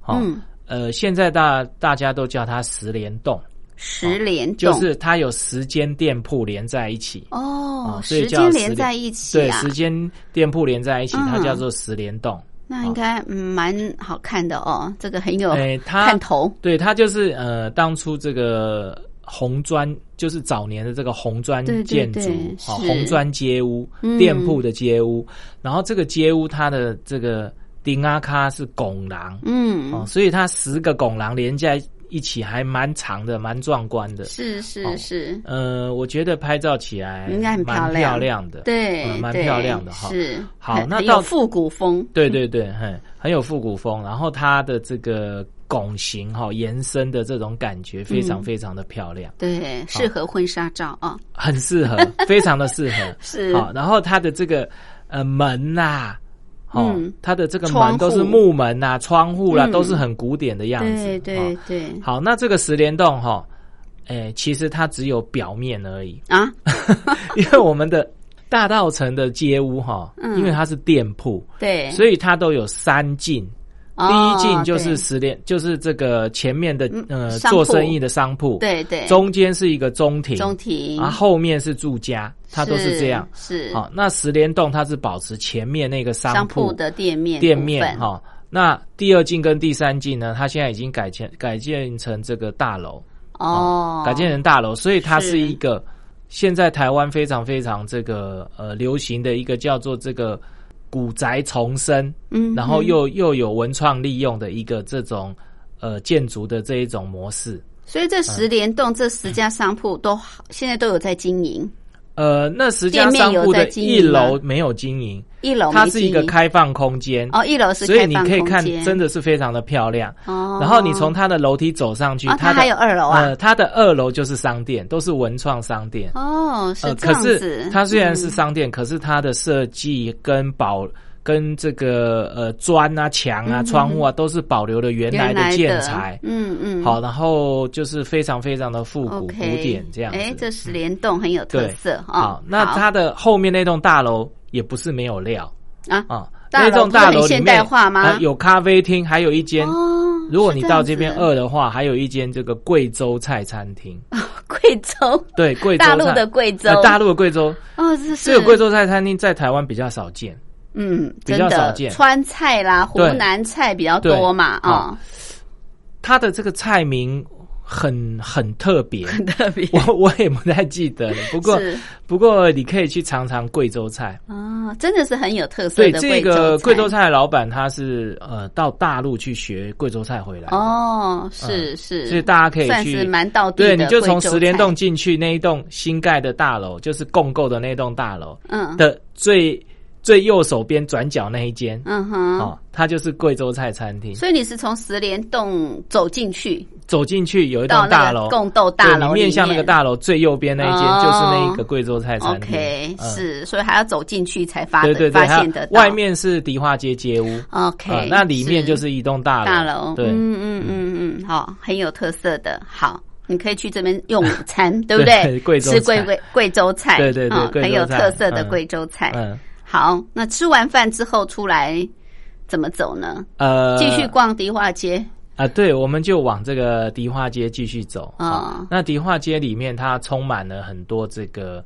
S4: 哈、
S3: 嗯
S4: 呃，现在大大家都叫它十联栋，
S3: 十连
S4: 就
S3: 栋
S4: 是它有十间店铺连在一起。
S3: 哦，
S4: 啊所以
S3: 时
S4: 叫
S3: 间
S4: 十
S3: 连
S4: 连
S3: 在一起
S4: 对，
S3: 啊
S4: 十，间店铺连在一起，它
S3: 嗯
S4: 叫做十联栋。
S3: 那应该嗯蛮好看的哦，这个很有
S4: 哦哎它
S3: 看头，
S4: 对，它就是呃，当初这个红砖，就是早年的这个红砖
S3: 对对
S4: 建筑，
S3: 对
S4: 好
S3: 是
S4: 红砖街屋、
S3: 嗯
S4: 店铺的街屋，然后这个街屋它的这个丁阿卡是拱廊、
S3: 嗯
S4: 哦，，所以它十个拱廊连在一起，还蛮长的，蛮壮观的。
S3: 是是
S4: 哦
S3: 是，
S4: 呃，我觉得拍照起来
S3: 应该很漂
S4: 蛮
S3: 亮
S4: 漂亮的。
S3: 对
S4: 嗯，蛮
S3: 对
S4: 漂亮的哈
S3: 是
S4: 好
S3: 很
S4: 那
S3: 很
S4: 到
S3: 有复古风，
S4: 对对对，很很有复古风，然后它的这个拱形哈、延伸的这种感觉非常
S3: 嗯
S4: 非常的漂亮。
S3: 对，适合婚纱照啊，
S4: 很 适合，非常的适合。
S3: 是
S4: 好，然后它的这个呃门呐、哦，
S3: 嗯
S4: 它的这个
S3: 窗户
S4: 门都是木门呐、窗户啦、
S3: 嗯
S4: 都是很古典的样子。
S3: 对对
S4: 哦
S3: 对，
S4: 好，那这个十联洞哈、诶，其实它只有表面而已，
S3: 啊，
S4: 因为我们的大道城的街屋哈、
S3: 嗯
S4: 因为它是店铺，
S3: 对，
S4: 所以它都有三进。第
S3: 哦
S4: 一进就是
S3: 对
S4: 十联，就是这个前面的
S3: 嗯
S4: 呃
S3: 商
S4: 做
S3: 铺
S4: 生意的商铺，，
S3: 对对
S4: 中间是一个中庭，
S3: 中庭
S4: 啊，后面是住家，它都是这样。
S3: 是
S4: 好、那十联栋它是保持前面那个
S3: 商
S4: 铺
S3: 铺的店面
S4: 店
S3: 部
S4: 面哦
S3: 分
S4: 哈、那第二进跟第三进呢，它现在已经改建改建成这个大楼，
S3: 哦，
S4: 改建成大楼，所以它
S3: 是
S4: 是一个现在台湾非常非常这个呃流行的一个叫做这个古宅重生，
S3: 嗯哼，
S4: 然后又又有文创利用的一个这种呃建筑的这一种模式。
S3: 所以这十联栋这十家商铺都好现在都有在经营，
S4: 呃，那十家
S3: 店面
S4: 商
S3: 有
S4: 铺
S3: 在
S4: 的
S3: 经营
S4: 一
S3: 吗
S4: 楼没有经营，
S3: 一楼
S4: 它
S3: 没
S4: 是一
S3: 经
S4: 个
S3: 营
S4: 开放空间
S3: 哦，一楼是
S4: 所以你
S3: 开放
S4: 可以看
S3: 空间，
S4: 真的是非常的漂亮。
S3: 哦，
S4: 然后你从它的楼梯走上去，
S3: 啊，它
S4: 的
S3: 还有二楼啊
S4: 呃，，它的二楼就是商店，都是文创商店。
S3: 哦，是
S4: 呃，
S3: 这
S4: 可
S3: 样子
S4: 是，它虽然
S3: 嗯
S4: 是商店，可是它的设计跟保跟这个呃砖啊、墙啊、窗户啊，都是保留了原来的建材。
S3: 嗯嗯，
S4: 好，然后就是非常非常的复古、
S3: OK，
S4: 古典这样子。
S3: 哎，这十联栋很有特
S4: 对
S3: 色啊
S4: 好，。那
S3: 好
S4: 它的后面那栋大楼也不是没有料
S3: 啊
S4: 啊，
S3: 大
S4: 那
S3: 楼
S4: 栋
S3: 不是
S4: 大
S3: 很
S4: 楼里
S3: 现
S4: 面
S3: 代化吗
S4: 呃有咖啡厅，还有一间。
S3: 哦，
S4: 如果
S3: 是
S4: 你
S3: 样
S4: 到这边
S3: 子
S4: 饿的话，还有一间这个贵州菜餐厅，
S3: 贵州，
S4: 对，贵州
S3: 大陆
S4: 菜
S3: 的贵州
S4: 呃，大陆的贵州，
S3: 哦，这是
S4: 这个贵州菜餐厅在台湾比较少见。
S3: 嗯，
S4: 比
S3: 真
S4: 较少
S3: 的
S4: 见
S3: 川菜啦、湖
S4: 对
S3: 南菜比较
S4: 对
S3: 多嘛啊
S4: 好，它的这个菜名很很特别，
S3: 很 特别
S4: 我我也不太记得了。不过
S3: 是
S4: 不过你可以去尝尝贵州菜。
S3: 哦，真的是很有特色
S4: 对，
S3: 的
S4: 这个贵州
S3: 菜
S4: 菜的老板他是呃到大陆去学贵州菜回来的，
S3: 哦，是是，
S4: 所以嗯大家可以
S3: 算
S4: 去
S3: 是蛮道地
S4: 对，
S3: 的，
S4: 你就从十联栋，进去那一栋新盖的大楼，就是共购的那栋大楼
S3: 嗯
S4: 的最最右手边转角那一间。
S3: 嗯哼，
S4: 哦，它就是贵州菜餐厅。
S3: 所以你是从十联栋走进去
S4: 走进去有一栋
S3: 到
S4: 大
S3: 那
S4: 楼
S3: 个，共斗大
S4: 对
S3: 楼
S4: 你
S3: 里
S4: 面向那个大楼最右边那一间
S3: 哦
S4: 就是那一个贵州菜餐厅。
S3: ，OK，
S4: 嗯
S3: 是，所以还要走进去才发
S4: 对对对，
S3: 发
S4: 还有
S3: 现得到
S4: 外面是迪化街街屋，啊
S3: ，OK，
S4: 那里面就是一栋大楼。
S3: 大楼，
S4: 对，
S3: 嗯嗯嗯嗯，好，很有特色的，好。你可以去这边用午 餐，对不
S4: 对
S3: 对？
S4: 贵州菜
S3: 吃贵贵贵州菜，
S4: 对对对
S3: 嗯
S4: 贵州
S3: 很有
S4: 菜
S3: 特色的
S4: 嗯
S3: 贵州菜。
S4: 嗯，
S3: 好，那吃完饭之后出来怎么走呢？
S4: 呃，
S3: 继续逛迪化街，
S4: 啊，对，我们就往这个迪化街继续走
S3: 嗯
S4: 啊。那迪化街里面它充满了很多这个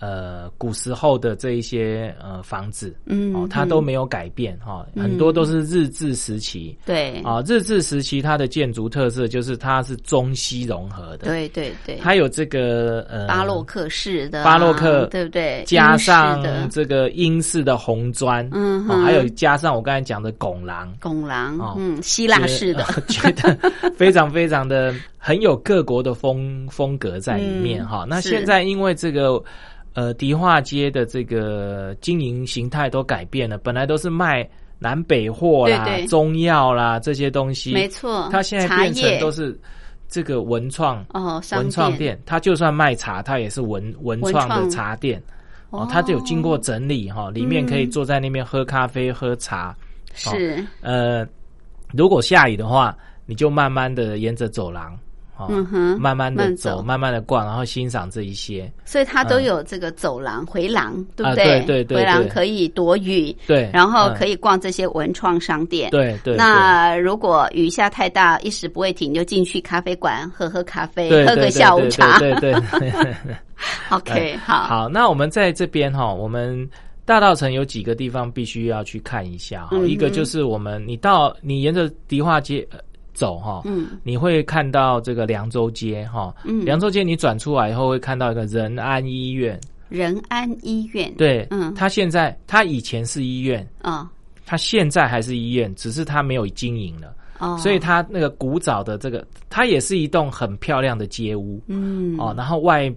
S4: 呃古时候的这一些呃房子，
S3: 嗯
S4: 哦，它都没有改变哈，很多都是日治时期。
S3: 对，
S4: 啊，日治时期它的建筑特色就是它是中西融合的，
S3: 对对对，
S4: 它有这个呃
S3: 巴洛克式的啊、
S4: 巴洛克
S3: 对不对？
S4: 加
S3: 英式
S4: 上
S3: 的
S4: 这个英式的红砖，
S3: 嗯
S4: 哦
S3: 哼
S4: 还有加上我刚才讲的拱廊，
S3: 拱廊，
S4: 哦呃
S3: 嗯，希腊式的，
S4: 觉得 觉得非常非常的很有各国的风风格在里面
S3: 嗯
S4: 哈、那
S3: 是
S4: 现在因为这个。呃，迪化街的这个呃经营形态都改变了，本来都是卖南北货啦、
S3: 对对
S4: 中药啦这些东西，
S3: 没错。
S4: 它现在
S3: 茶
S4: 变成
S3: 叶
S4: 都是这个文创
S3: 哦，商
S4: 文创店，它就算卖茶，它也是文文创
S3: 文
S4: 的
S3: 创嗯
S4: 茶店。
S3: 哦
S4: 哦，它就有经过整理哈、里面可以坐在那边喝咖啡、喝茶。
S3: 是，
S4: 呃，如果下雨的话，你就慢慢的沿着走廊，哦，
S3: 嗯哼
S4: 慢慢的
S3: 慢
S4: 走，
S3: 走
S4: 慢慢的逛，然后欣赏这一些。
S3: 所以它都
S4: 嗯
S3: 有这个走廊、回廊，对
S4: 啊
S3: 不
S4: 对对对
S3: 回廊
S4: 对
S3: 可以躲雨，
S4: 对，
S3: 然后可
S4: 以、
S3: 以逛这些文创商店。
S4: 对对，
S3: 那如果雨下太大，一时不会停，就进去咖啡馆喝喝咖啡
S4: 对对，
S3: 喝
S4: 对
S3: 个
S4: 对
S3: 下午
S4: 对
S3: 茶。
S4: 对对对
S3: OK，好，
S4: 好，那我们在这边哈，我们大道城有几个地方必须要去看一下哈、
S3: 嗯哼
S4: 一个就是我们你到你沿着迪化街。呃走哈，
S3: 嗯，
S4: 你会看到这个凉州街哈，
S3: 嗯
S4: 凉州街你转出来以后会看到一个仁安医院，
S3: 仁安医院，，
S4: 对，
S3: 嗯
S4: 它现在它以前是医院，
S3: 哦
S4: 它现在还是医院，只是它没有经营了，
S3: 哦，
S4: 所以它那个古早的这个，它也是一栋很漂亮的街屋，
S3: 嗯，
S4: 哦，然后外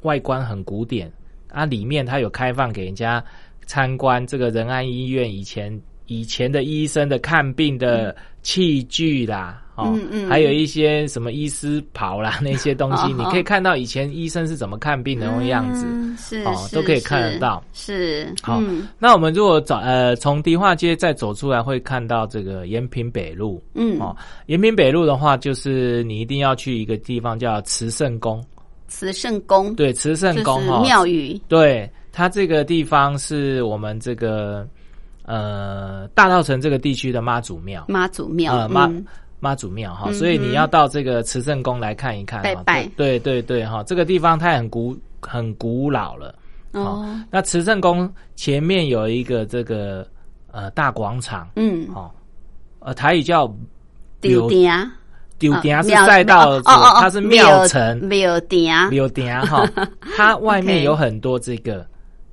S4: 外观很古典啊，里面它有开放给人家参观这个仁安医院以前以前的医生的看病的器具啦，哦，
S3: 嗯嗯
S4: 还有一些什么医师袍啦那些东 西，
S3: 哦
S4: 你可以看到以前医生是怎么看病的那种样子。
S3: 嗯是
S4: 哦
S3: 是
S4: 都可以看
S3: 是
S4: 得到
S3: 是，
S4: 好
S3: 嗯
S4: 那我们如果找呃从迪化街再走出来，会看到这个延平北路
S3: 嗯
S4: 哦，。延平北路的话，就是你一定要去一个地方叫慈圣宫，
S3: 慈圣宫，
S4: 对，慈圣
S3: 就
S4: 宫哦
S3: 是
S4: 哈，
S3: 庙宇，
S4: 对，它这个地方是我们这个呃大稻城这个地区的妈祖庙，
S3: 妈祖庙，
S4: 呃妈
S3: 嗯
S4: 妈祖庙哈，
S3: 嗯哼
S4: 所以你要到这个慈圣宫来看一看哈，
S3: 拜拜
S4: 对对对对哈，这个地方它很古很古老了。
S3: 哦，
S4: 那慈圣宫前面有一个这个呃大广场，
S3: 嗯，
S4: 哦，呃台语叫
S3: 丢
S4: 庙
S3: 丁啊，
S4: 丢
S3: 啊
S4: 顶是
S3: 庙
S4: 赛道
S3: 哦哦
S4: 的
S3: 哦
S4: 主，它是庙城
S3: 庙丁啊，
S4: 柳 顶哈，它外面
S3: OK
S4: 有很多这个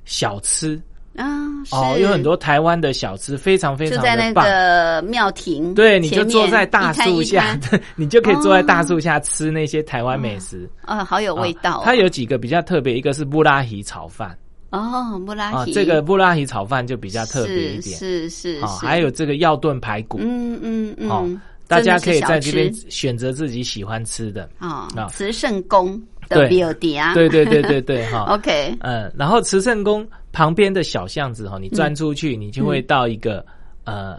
S4: 小吃。
S3: 啊，是
S4: 哦，有很多台湾的小吃，非常非
S3: 就
S4: 常
S3: 在
S4: 的
S3: 那
S4: 棒。
S3: 个庙庭前面，
S4: 对，你就坐在大树
S3: 一
S4: 下
S3: 摊一摊，
S4: 对 你就可以坐在大树下吃那些台湾美食，
S3: 啊，好 有
S4: 啊
S3: 味道哦。
S4: 它有几个比较特别，一个是布拉提炒饭
S3: 哦，布拉
S4: 啊，
S3: 提
S4: 这个布拉提炒饭就比较特别一
S3: 是
S4: 点
S3: 是是
S4: 啊，
S3: 是
S4: 还有这个药炖排骨，
S3: 嗯嗯
S4: 哦
S3: 嗯，
S4: 大
S3: 真
S4: 家
S3: 的
S4: 可
S3: 是
S4: 以
S3: 小
S4: 在这边
S3: 吃
S4: 选择自己喜欢吃的。
S3: 哦
S4: 啊，
S3: 慈圣宫的
S4: 对
S3: VOD 啊，
S4: 对对对对对，哈、
S3: ，OK，
S4: 嗯，然后慈圣宫旁边的小巷子哈，你钻出去，
S3: 嗯
S4: 你就会到一个、呃，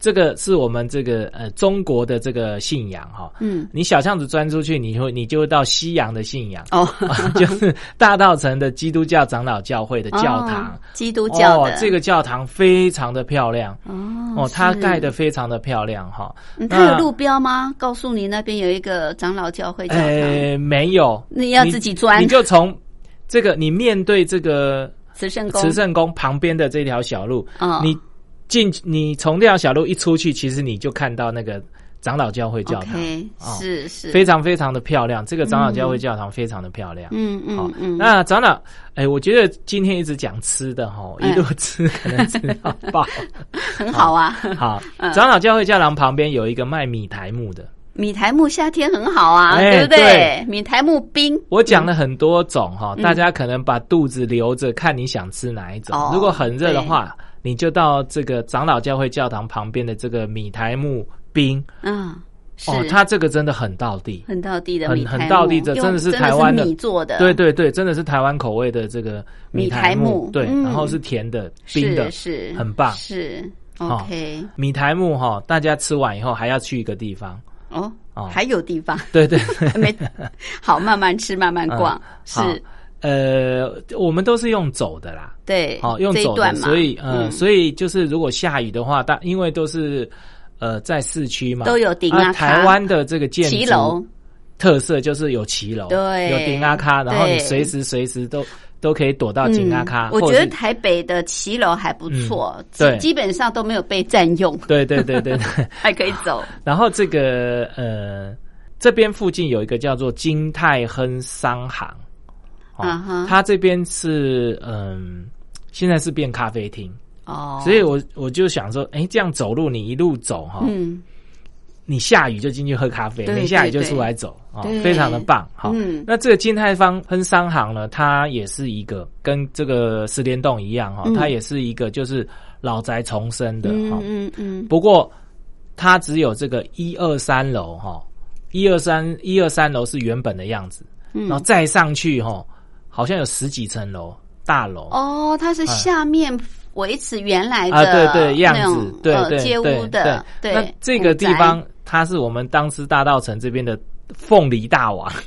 S4: 这个是我们这个呃中国的这个信仰哈。
S3: 嗯，
S4: 你小巷子钻出去，你会你就会到西洋的信仰，
S3: 哦，
S4: 就是大道城的基督教长老教会的教堂
S3: 哦。基督教
S4: 哦
S3: 的，
S4: 这个教堂非常的漂亮
S3: 哦
S4: 哦，它
S3: 是
S4: 盖的非常的漂亮哈。
S3: 嗯它有
S4: 那
S3: 路标吗？告诉你那边有一个长老教会教堂，
S4: 呃，没有，
S3: 你要自己钻
S4: 你就从这个你面对这个
S3: 慈圣宫，
S4: 慈圣宫旁边的这条小路，
S3: 哦
S4: 你进你从这条小路一出去，其实你就看到那个长老教会教堂
S3: OK，
S4: 哦
S3: 是是，
S4: 非常非常的漂亮。这个长老教会教堂非常的漂亮。
S3: 嗯
S4: 哦
S3: 嗯嗯，
S4: 那长老，哎，我觉得今天一直讲吃的哈，
S3: 嗯
S4: 一路吃可能吃到 爆。
S3: 很好啊。
S4: 好，长老教会教堂旁边有一个卖米苔木的，
S3: 米苔木夏天很好啊，
S4: 哎
S3: 对不
S4: 对？
S3: 米苔木冰
S4: 我讲
S3: 嗯
S4: 了很多种哈，大家可能把肚子留着，看你想吃哪一种
S3: 哦。
S4: 如果很热的话，你就到这个长老教会教堂旁边的这个米苔木冰
S3: 嗯，是
S4: 哦，它这个真的很道地。
S3: 很道地的
S4: 很
S3: 米苔木
S4: 很道地的
S3: 用
S4: 真
S3: 真
S4: 的是台湾的
S3: 的米做的，
S4: 对，对对，真的是台湾口味的这个
S3: 米
S4: 苔
S3: 苔木
S4: 对，
S3: 嗯
S4: 然后是甜的、冰
S3: 是
S4: 的，
S3: 是
S4: 很棒
S3: 是
S4: 哦
S3: OK
S4: 米苔木哈，大家吃完以后还要去一个地方，
S3: 哦
S4: 哦，
S3: 还有地 方
S4: 对对对，
S3: 没好慢慢吃慢慢逛
S4: 嗯好
S3: 是
S4: 呃，我们都是用走的啦，
S3: 对，
S4: 好、哦用
S3: 这一
S4: 走的，
S3: 段嘛，
S4: 所以呃、
S3: 嗯
S4: 所以就是如果下雨的话，大因为都是呃在市区嘛，
S3: 都有顶
S4: 啊
S3: 啊
S4: 台
S3: 塔
S4: 湾的这个建
S3: 骑
S4: 筑
S3: 楼
S4: 特色就是有骑楼，
S3: 对
S4: 有顶阿卡，然后你
S3: 对
S4: 随时随时都都可以躲到顶阿卡，
S3: 嗯我
S4: 或
S3: 觉
S4: 者
S3: 得
S4: 是嗯
S3: 台北的骑楼还不错，基
S4: 对
S3: 基本上都没有被占用，
S4: 对对对对对，
S3: 还可以走。
S4: 然后这个呃，这边附近有一个叫做金泰亨商行，哦
S3: 嗯哼
S4: 它这边是嗯、现在是变咖啡厅，
S3: 哦，
S4: 所以我我就想说，哎，这样走路你一路走哈、
S3: 嗯，
S4: 你下雨就进去喝咖啡，
S3: 对
S4: 没下雨就
S3: 对
S4: 出来走啊、
S3: 对
S4: 非常的棒哈、
S3: 嗯
S4: 那这个金泰方亨商行呢，它也是一个跟这个十联洞一样哈、
S3: 嗯
S4: 它也是一个就是老宅重生的哈、
S3: 嗯嗯嗯，
S4: 不过它只有这个一二三楼哈，一二三一二三楼是原本的样子，
S3: 嗯
S4: 然后再上去哈，好像有十几层楼大楼。
S3: 哦，它是下面维持原来的
S4: 哎啊，对对，样
S3: 那种
S4: 子，对
S3: 呃
S4: 对
S3: 街
S4: 对
S3: 屋的，
S4: 对。
S3: 对，
S4: 那这个地方，它是我们当时大道城这边的凤梨大王，
S3: 古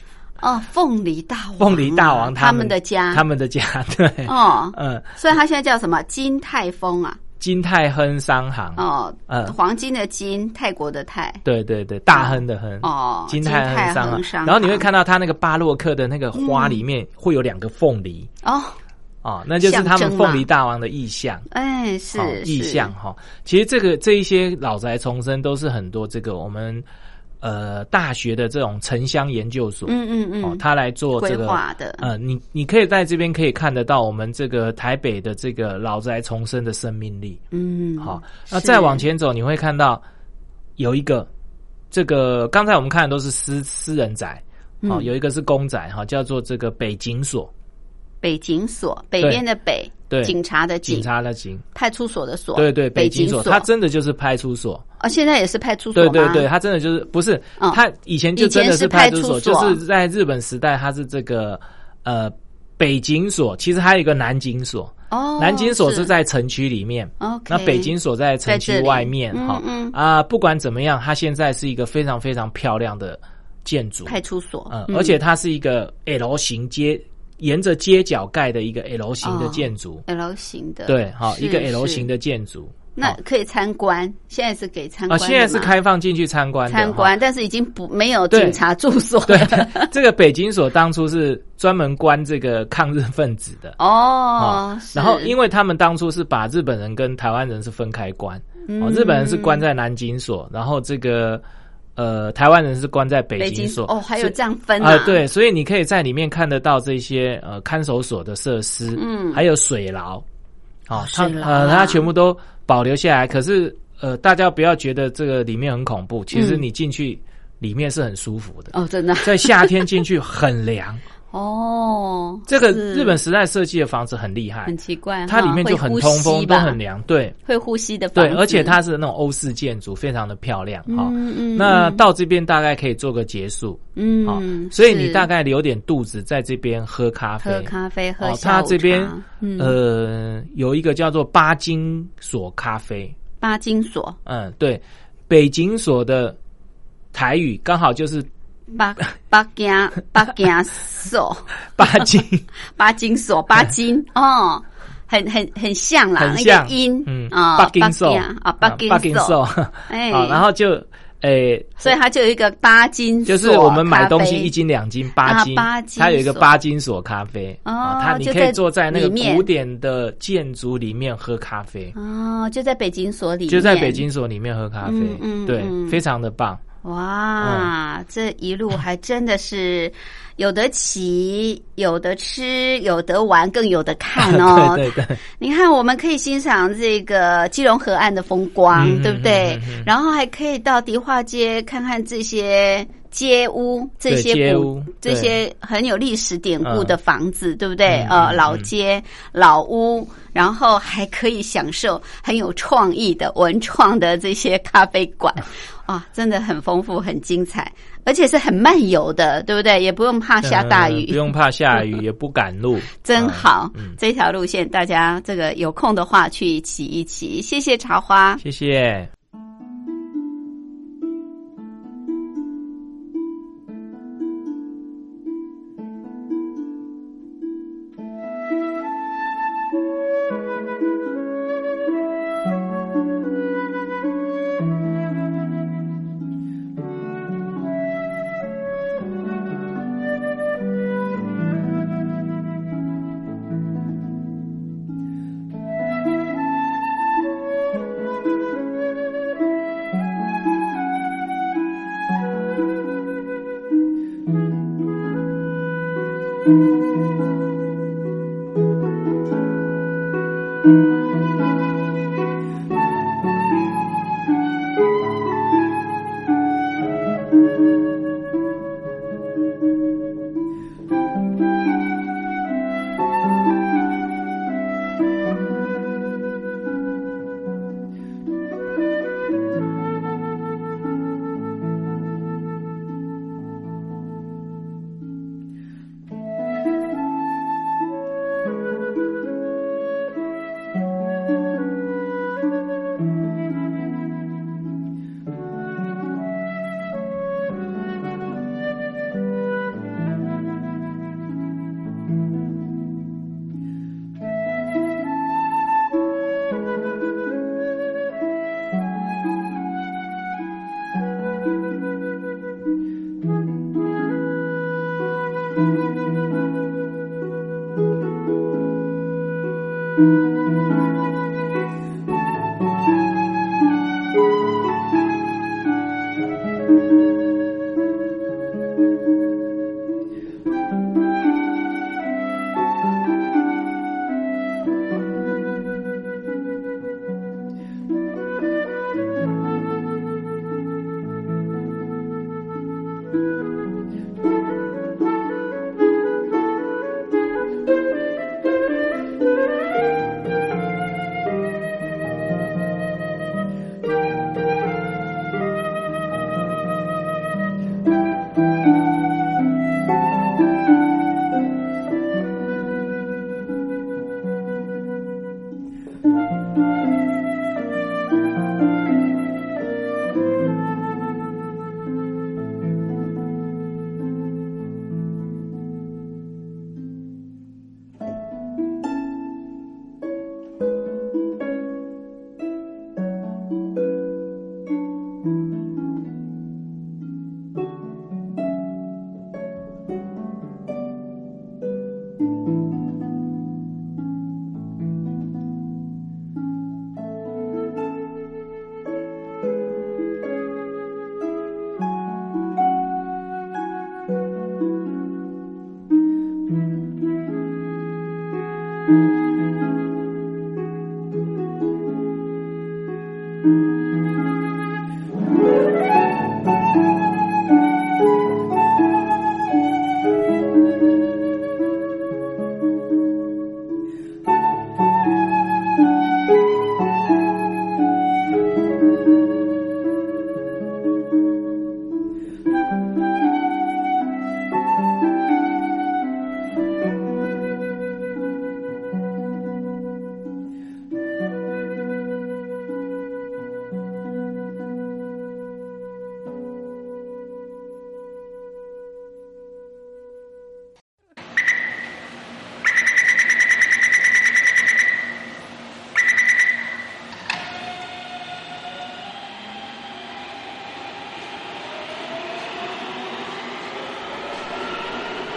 S3: 宅哦，凤梨大王，
S4: 凤梨大王
S3: 嗯他
S4: 们
S3: 的家，
S4: 他们的家，对，
S3: 哦，
S4: 嗯，
S3: 所以它现在叫什么金泰丰啊？
S4: 金泰亨商行，
S3: 哦
S4: 嗯，
S3: 黄金的金，泰国的泰，
S4: 对对对，大亨的亨，
S3: 哦，
S4: 金泰
S3: 泰
S4: 亨商
S3: 亨
S4: 行。
S3: 商，嗯
S4: 然后你会看到它那个巴洛克的那个花里面会有两个凤梨，
S3: 哦，
S4: 哦，那就是他们凤梨大王的意象，
S3: 哎，是
S4: 哦意
S3: 是
S4: 象哈、其实这个这一些老宅重生都是很多这个我们呃大学的这种城乡研究所，
S3: 嗯嗯
S4: 哦
S3: 嗯，，
S4: 他来做这
S3: 规
S4: 个
S3: 划的
S4: 呃，你你可以在这边可以看得到我们这个台北的这个老宅重生的生命力。
S3: 嗯，
S4: 好、
S3: 是
S4: 那再往前走，你会看到有一个这个刚才我们看的都是私私人宅，哦，
S3: 嗯
S4: 有一个是公宅哈、叫做这个北警所，
S3: 北警所，北
S4: 对
S3: 边的北，
S4: 对
S3: 警察的
S4: 警察的警。
S3: 派出所的所，
S4: 对对，
S3: 北
S4: 北京所，
S3: 所，
S4: 它真的就是派出所。
S3: 哦，现在也是派出所
S4: 对
S3: 吗？
S4: 对对，它真的就是不是，
S3: 嗯
S4: 它以前就
S3: 以前
S4: 真的
S3: 是
S4: 派
S3: 派
S4: 出
S3: 出
S4: 所，
S3: 所
S4: 就是在日本时代，它是这个呃北京所，其实还有一个南京所，
S3: 哦，
S4: 南京所是在城区里面。
S3: OK，
S4: 那北京所在城区外面
S3: 在这里
S4: 哈
S3: 嗯嗯
S4: 啊，不管怎么样，它现在是一个非常非常漂亮的建筑，
S3: 派出所，
S4: 嗯，而且它是一个 L 型街，沿着街角盖的一个 L 型的
S3: 哦
S4: 建筑，
S3: L 型的，
S4: 对，哈，一个
S3: 是
S4: L 型，
S3: 是
S4: 的建筑，
S3: 那
S4: 好
S3: 可以参观，现在是给参
S4: 啊，
S3: 观的吗，
S4: 现在是开放进去参观的哈
S3: 参观，但是已经不没有
S4: 对
S3: 警察住所
S4: 对
S3: 了，，
S4: 这个北京所当初是专门关这个抗日分子的
S3: 哦，
S4: 然后因
S3: 为
S4: 为他们当初是把日本人跟台湾人是分开关，
S3: 嗯
S4: 哦，日本人是关在南京所，然后这个呃台湾人是关在北
S3: 北
S4: 京
S3: 京
S4: 所，
S3: 哦，还有
S4: 所以
S3: 这样分
S4: 啊、对，所以你可以在里面看得到这些呃看守所的设施，
S3: 嗯
S4: 还有水牢，哦，它
S3: 水牢啊
S4: 呃它全部都保留下来。可是呃，大家不要觉得这个里面很恐怖，其实
S3: 嗯
S4: 你进去里面是很舒服的。
S3: 哦，真的
S4: 在夏天进去很凉，
S3: 哦，
S4: 这个
S3: 是
S4: 日本时代设计的房子很厉害
S3: 很，奇怪哈，
S4: 它里面就很
S3: 会呼
S4: 通
S3: 吸
S4: 风，都
S3: 吧
S4: 很凉，对
S3: 会呼吸的房
S4: 对，
S3: 子，
S4: 而且它是那种欧式建筑，非常的漂亮哈。
S3: 嗯嗯，
S4: 那到这边大概可以做个结束，好
S3: 嗯，
S4: 所以你
S3: 是
S4: 大概留点肚子在这边喝咖啡，
S3: 喝咖啡喝
S4: 哦，
S3: 下
S4: 它
S3: 午
S4: 这边
S3: 茶嗯
S4: 呃有一个叫做巴金索咖啡，
S3: 巴金索
S4: 嗯，对，北京所的台语刚好就是
S3: 巴巴金巴金索
S4: 巴金，
S3: 巴金 索巴金哦。很很很像啦，
S4: 很
S3: 那
S4: 像
S3: 个音，
S4: 嗯，
S3: 啊，
S4: 巴金索
S3: 啊，巴金
S4: 巴金索，
S3: 索，
S4: 啊，
S3: 哎，
S4: 然后就诶，
S3: 所以它就有一个巴金索，
S4: 就是我们买东西一，斤两斤八斤，
S3: 啊八斤
S4: 它有一个
S3: 索
S4: 八斤索咖啡，
S3: 哦
S4: 啊它你
S3: 就
S4: 可以
S3: 在
S4: 坐在那个
S3: 里面
S4: 古典的建筑里面喝咖啡，
S3: 哦，就在北京所里，
S4: 就在北，金所里面喝咖啡
S3: 嗯，嗯
S4: 对，
S3: 嗯
S4: 非常的棒。
S3: 哇，这一路还真的是有的骑，有的吃，有的玩，更有的看哦，
S4: 对对对，
S3: 你看，我们可以欣赏这个基隆河岸的风光，
S4: 嗯
S3: 对不对？
S4: 嗯嗯嗯
S3: 然后还可以到迪化街看看这些街屋、这些
S4: 街
S3: 古
S4: 屋、
S3: 这
S4: 对
S3: 些很有历史典故的房子，对不对？
S4: 嗯
S3: 呃，
S4: 嗯
S3: 老
S4: 嗯
S3: 街、老屋，然后还可以享受很有创意的文创的这些咖啡 馆，啊，真的很丰富、很精彩，而且是很漫游的，对不对？也不用怕下大雨，
S4: 呃不用怕下雨，也不赶路，
S3: 真
S4: 啊
S3: 好，
S4: 嗯，
S3: 这条路线大家这个有空的话去骑一骑。谢谢茶花，
S4: 谢谢。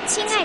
S6: 亲爱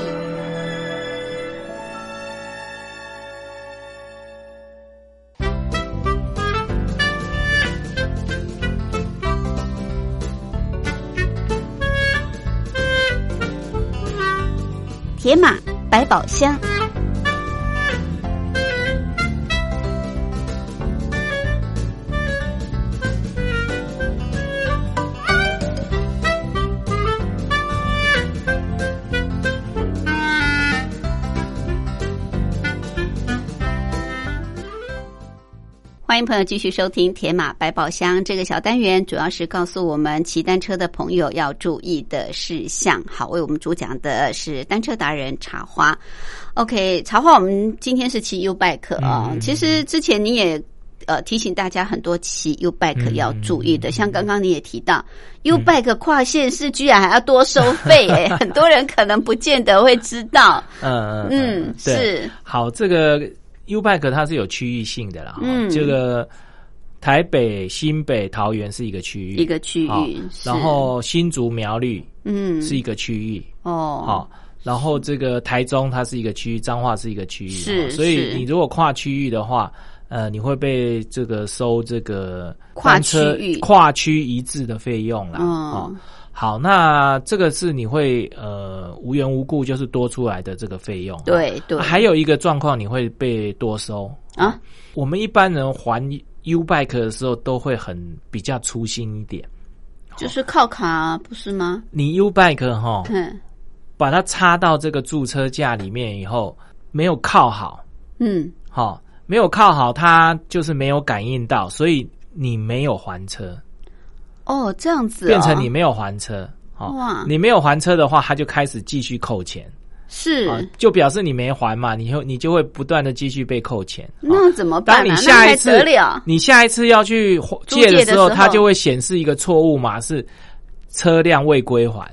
S3: 铁马百宝箱。欢迎朋友继续收听《铁马百宝箱》这个小单元，主要是告诉我们骑单车的朋友要注意的事项。好，为我们主讲的是单车达人茶花。OK，茶花，我们今天是骑 U bike 啊、
S4: 嗯
S3: 其实之前你也呃提醒大家很多骑 U bike 要注意的，
S4: 嗯
S3: 像刚刚你也提到 U bike 跨县市居然还要多收费、 哎、很多人可能不见得会知道。
S4: 嗯
S3: 嗯，
S4: 对
S3: 是，
S4: 好，这个 U Bike 它是有区域性的啦，哈
S3: 嗯
S4: 这个台北、新北、桃园是一个区域，
S3: 一个区域
S4: 好
S3: 是
S4: 然后新竹、苗栗
S3: 嗯，
S4: 是一个区域，
S3: 哦，
S4: 好、然后这个台中它是一个区域，彰化是一个区域，
S3: 是
S4: 哈所以
S3: 是
S4: 你如果跨区域的话。呃，你会被这个收这个
S3: 跨
S4: 单车
S3: 区域
S4: 跨区一致的费用啦。哦
S3: 嗯，
S4: 好，那这个是你会呃无缘无故就是多出来的这个费用。
S3: 对对，
S4: 还有一个状况，你会被多收
S3: 啊。
S4: 我们一般人还 U bike 的时候，都会很比较粗心一点。
S3: 就是靠卡、啊不是吗？
S4: 你 U bike 哈，
S3: 嗯
S4: 把它插到这个驻车架里面以后，没有靠好，
S3: 嗯，
S4: 哈，没有靠好，它就是没有感应到，所以你没有还车，
S3: 哦，这样子、哦、
S4: 变成你没有还车。哦
S3: 哇
S4: 你没有还车的话，它就开始继续扣钱，
S3: 是、
S4: 啊，就表示你没还嘛，你就你就会不断的继续被扣钱。哦
S3: 那怎么办、
S4: 当
S3: 啊？
S4: 你
S3: 那
S4: 下一
S3: 还
S4: 次啊
S3: 得了？
S4: 你下一次要去还借
S3: 租借
S4: 的
S3: 的
S4: 时候，
S3: 时候
S4: 它就会显示一个错误码是车辆未归还，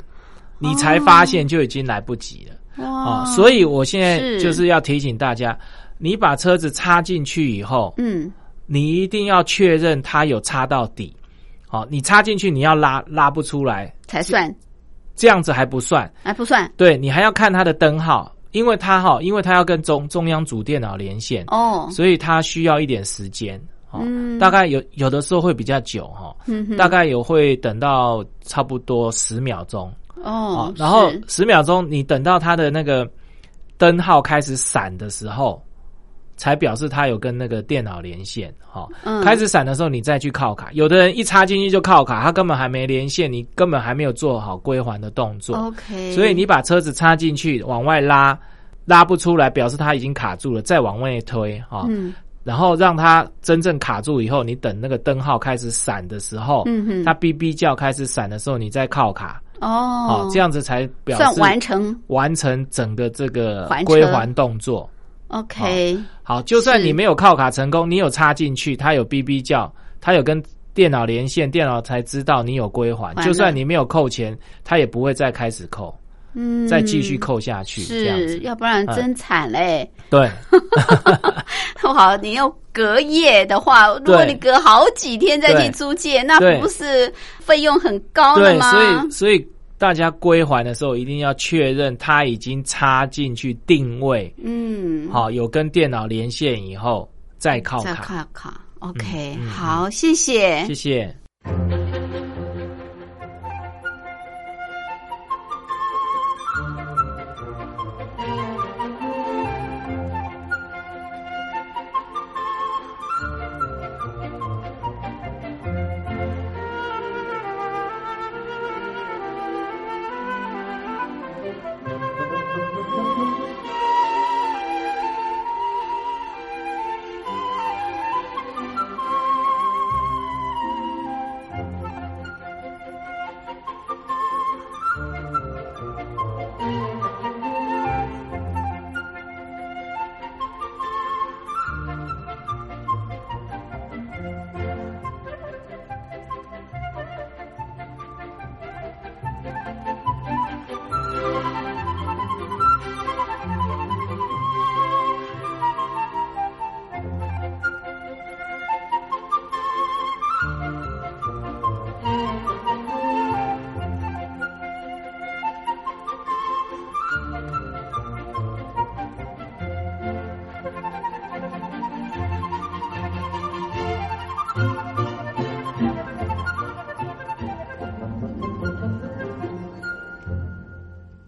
S4: 你才发现就已经来不及了
S3: 哇
S4: 啊、所以我现在
S3: 是
S4: 就是要提醒大家，你把车子插进去以后，
S3: 嗯，
S4: 你一定要确认它有插到底。好、你插进去，你要拉拉不出来，
S3: 才算
S4: 这样子还不算。
S3: 还不算
S4: 对你还要看它的灯号，因为它哈，因为它要跟中中央主电脑连线，
S3: 哦。
S4: 所以它需要一点时间。哦，大概有有的时候会比较久哈、哦
S3: 嗯哼，
S4: 大概有会等到差不多十秒钟啊、
S3: 哦
S4: 哦，然后
S3: 是
S4: 十秒钟你等到它的那个灯号开始闪的时候，才表示它有跟那个电脑连线哈、哦
S3: 嗯
S4: 开始闪的时候你再去靠卡，有的人一插进去就靠卡，他根本还没连线，你根本还没有做好归还的动作。
S3: OK，
S4: 所以你把车子插进去，往外拉，拉不出来，表示它已经卡住了，再往外推哦哈、
S3: 嗯
S4: 然后让它真正卡住以后，你等那个灯号开始闪的时候，
S3: 嗯哼
S4: 它哔哔叫开始闪的时候，你再靠卡，
S3: 哦
S4: 啊这样子才表
S3: 算
S4: 示
S3: 完成
S4: 完成整个这个
S3: 还车
S4: 归还动作。
S3: OK，、
S4: 好，就算
S3: 是
S4: 你没有靠卡成功，你有插进去，它有哔哔叫，它有跟电脑连线，电脑才知道你有归还。
S3: 还了
S4: 就算你没有扣钱，它也不会再开始扣，
S3: 嗯，
S4: 再继续扣下去，这样
S3: 是，
S4: 子。
S3: 要不然
S4: 嗯
S3: 真惨嘞。
S4: 对，
S3: 好，你要隔夜的话，如果
S4: 对
S3: 你隔好几天再
S4: 对
S3: 去租借，那
S4: 对
S3: 不是费用很高了
S4: 对，
S3: 吗？
S4: 所以所以大家归还的时候，一定要确认它已经插进去定位，
S3: 嗯，
S4: 好、有跟电脑连线以后再靠
S3: 再
S4: 卡。
S3: 看看。OK，、
S4: 嗯嗯
S3: 好，谢谢。
S4: 谢谢。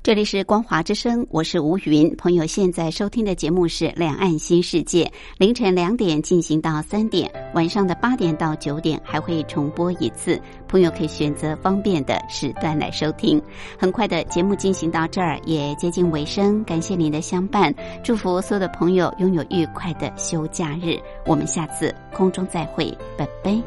S7: 这里是光华之声，我是吴云。朋友现在收听的节目是《两岸新世界》，凌晨两点进行到三点，晚上的八点到九点还会重播一次。朋友可以选择方便的时段来收听。很快的节目进行到这儿也接近尾声，感谢您的相伴，祝福所有的朋友拥有愉快的休假日。我们下次空中再会，拜拜。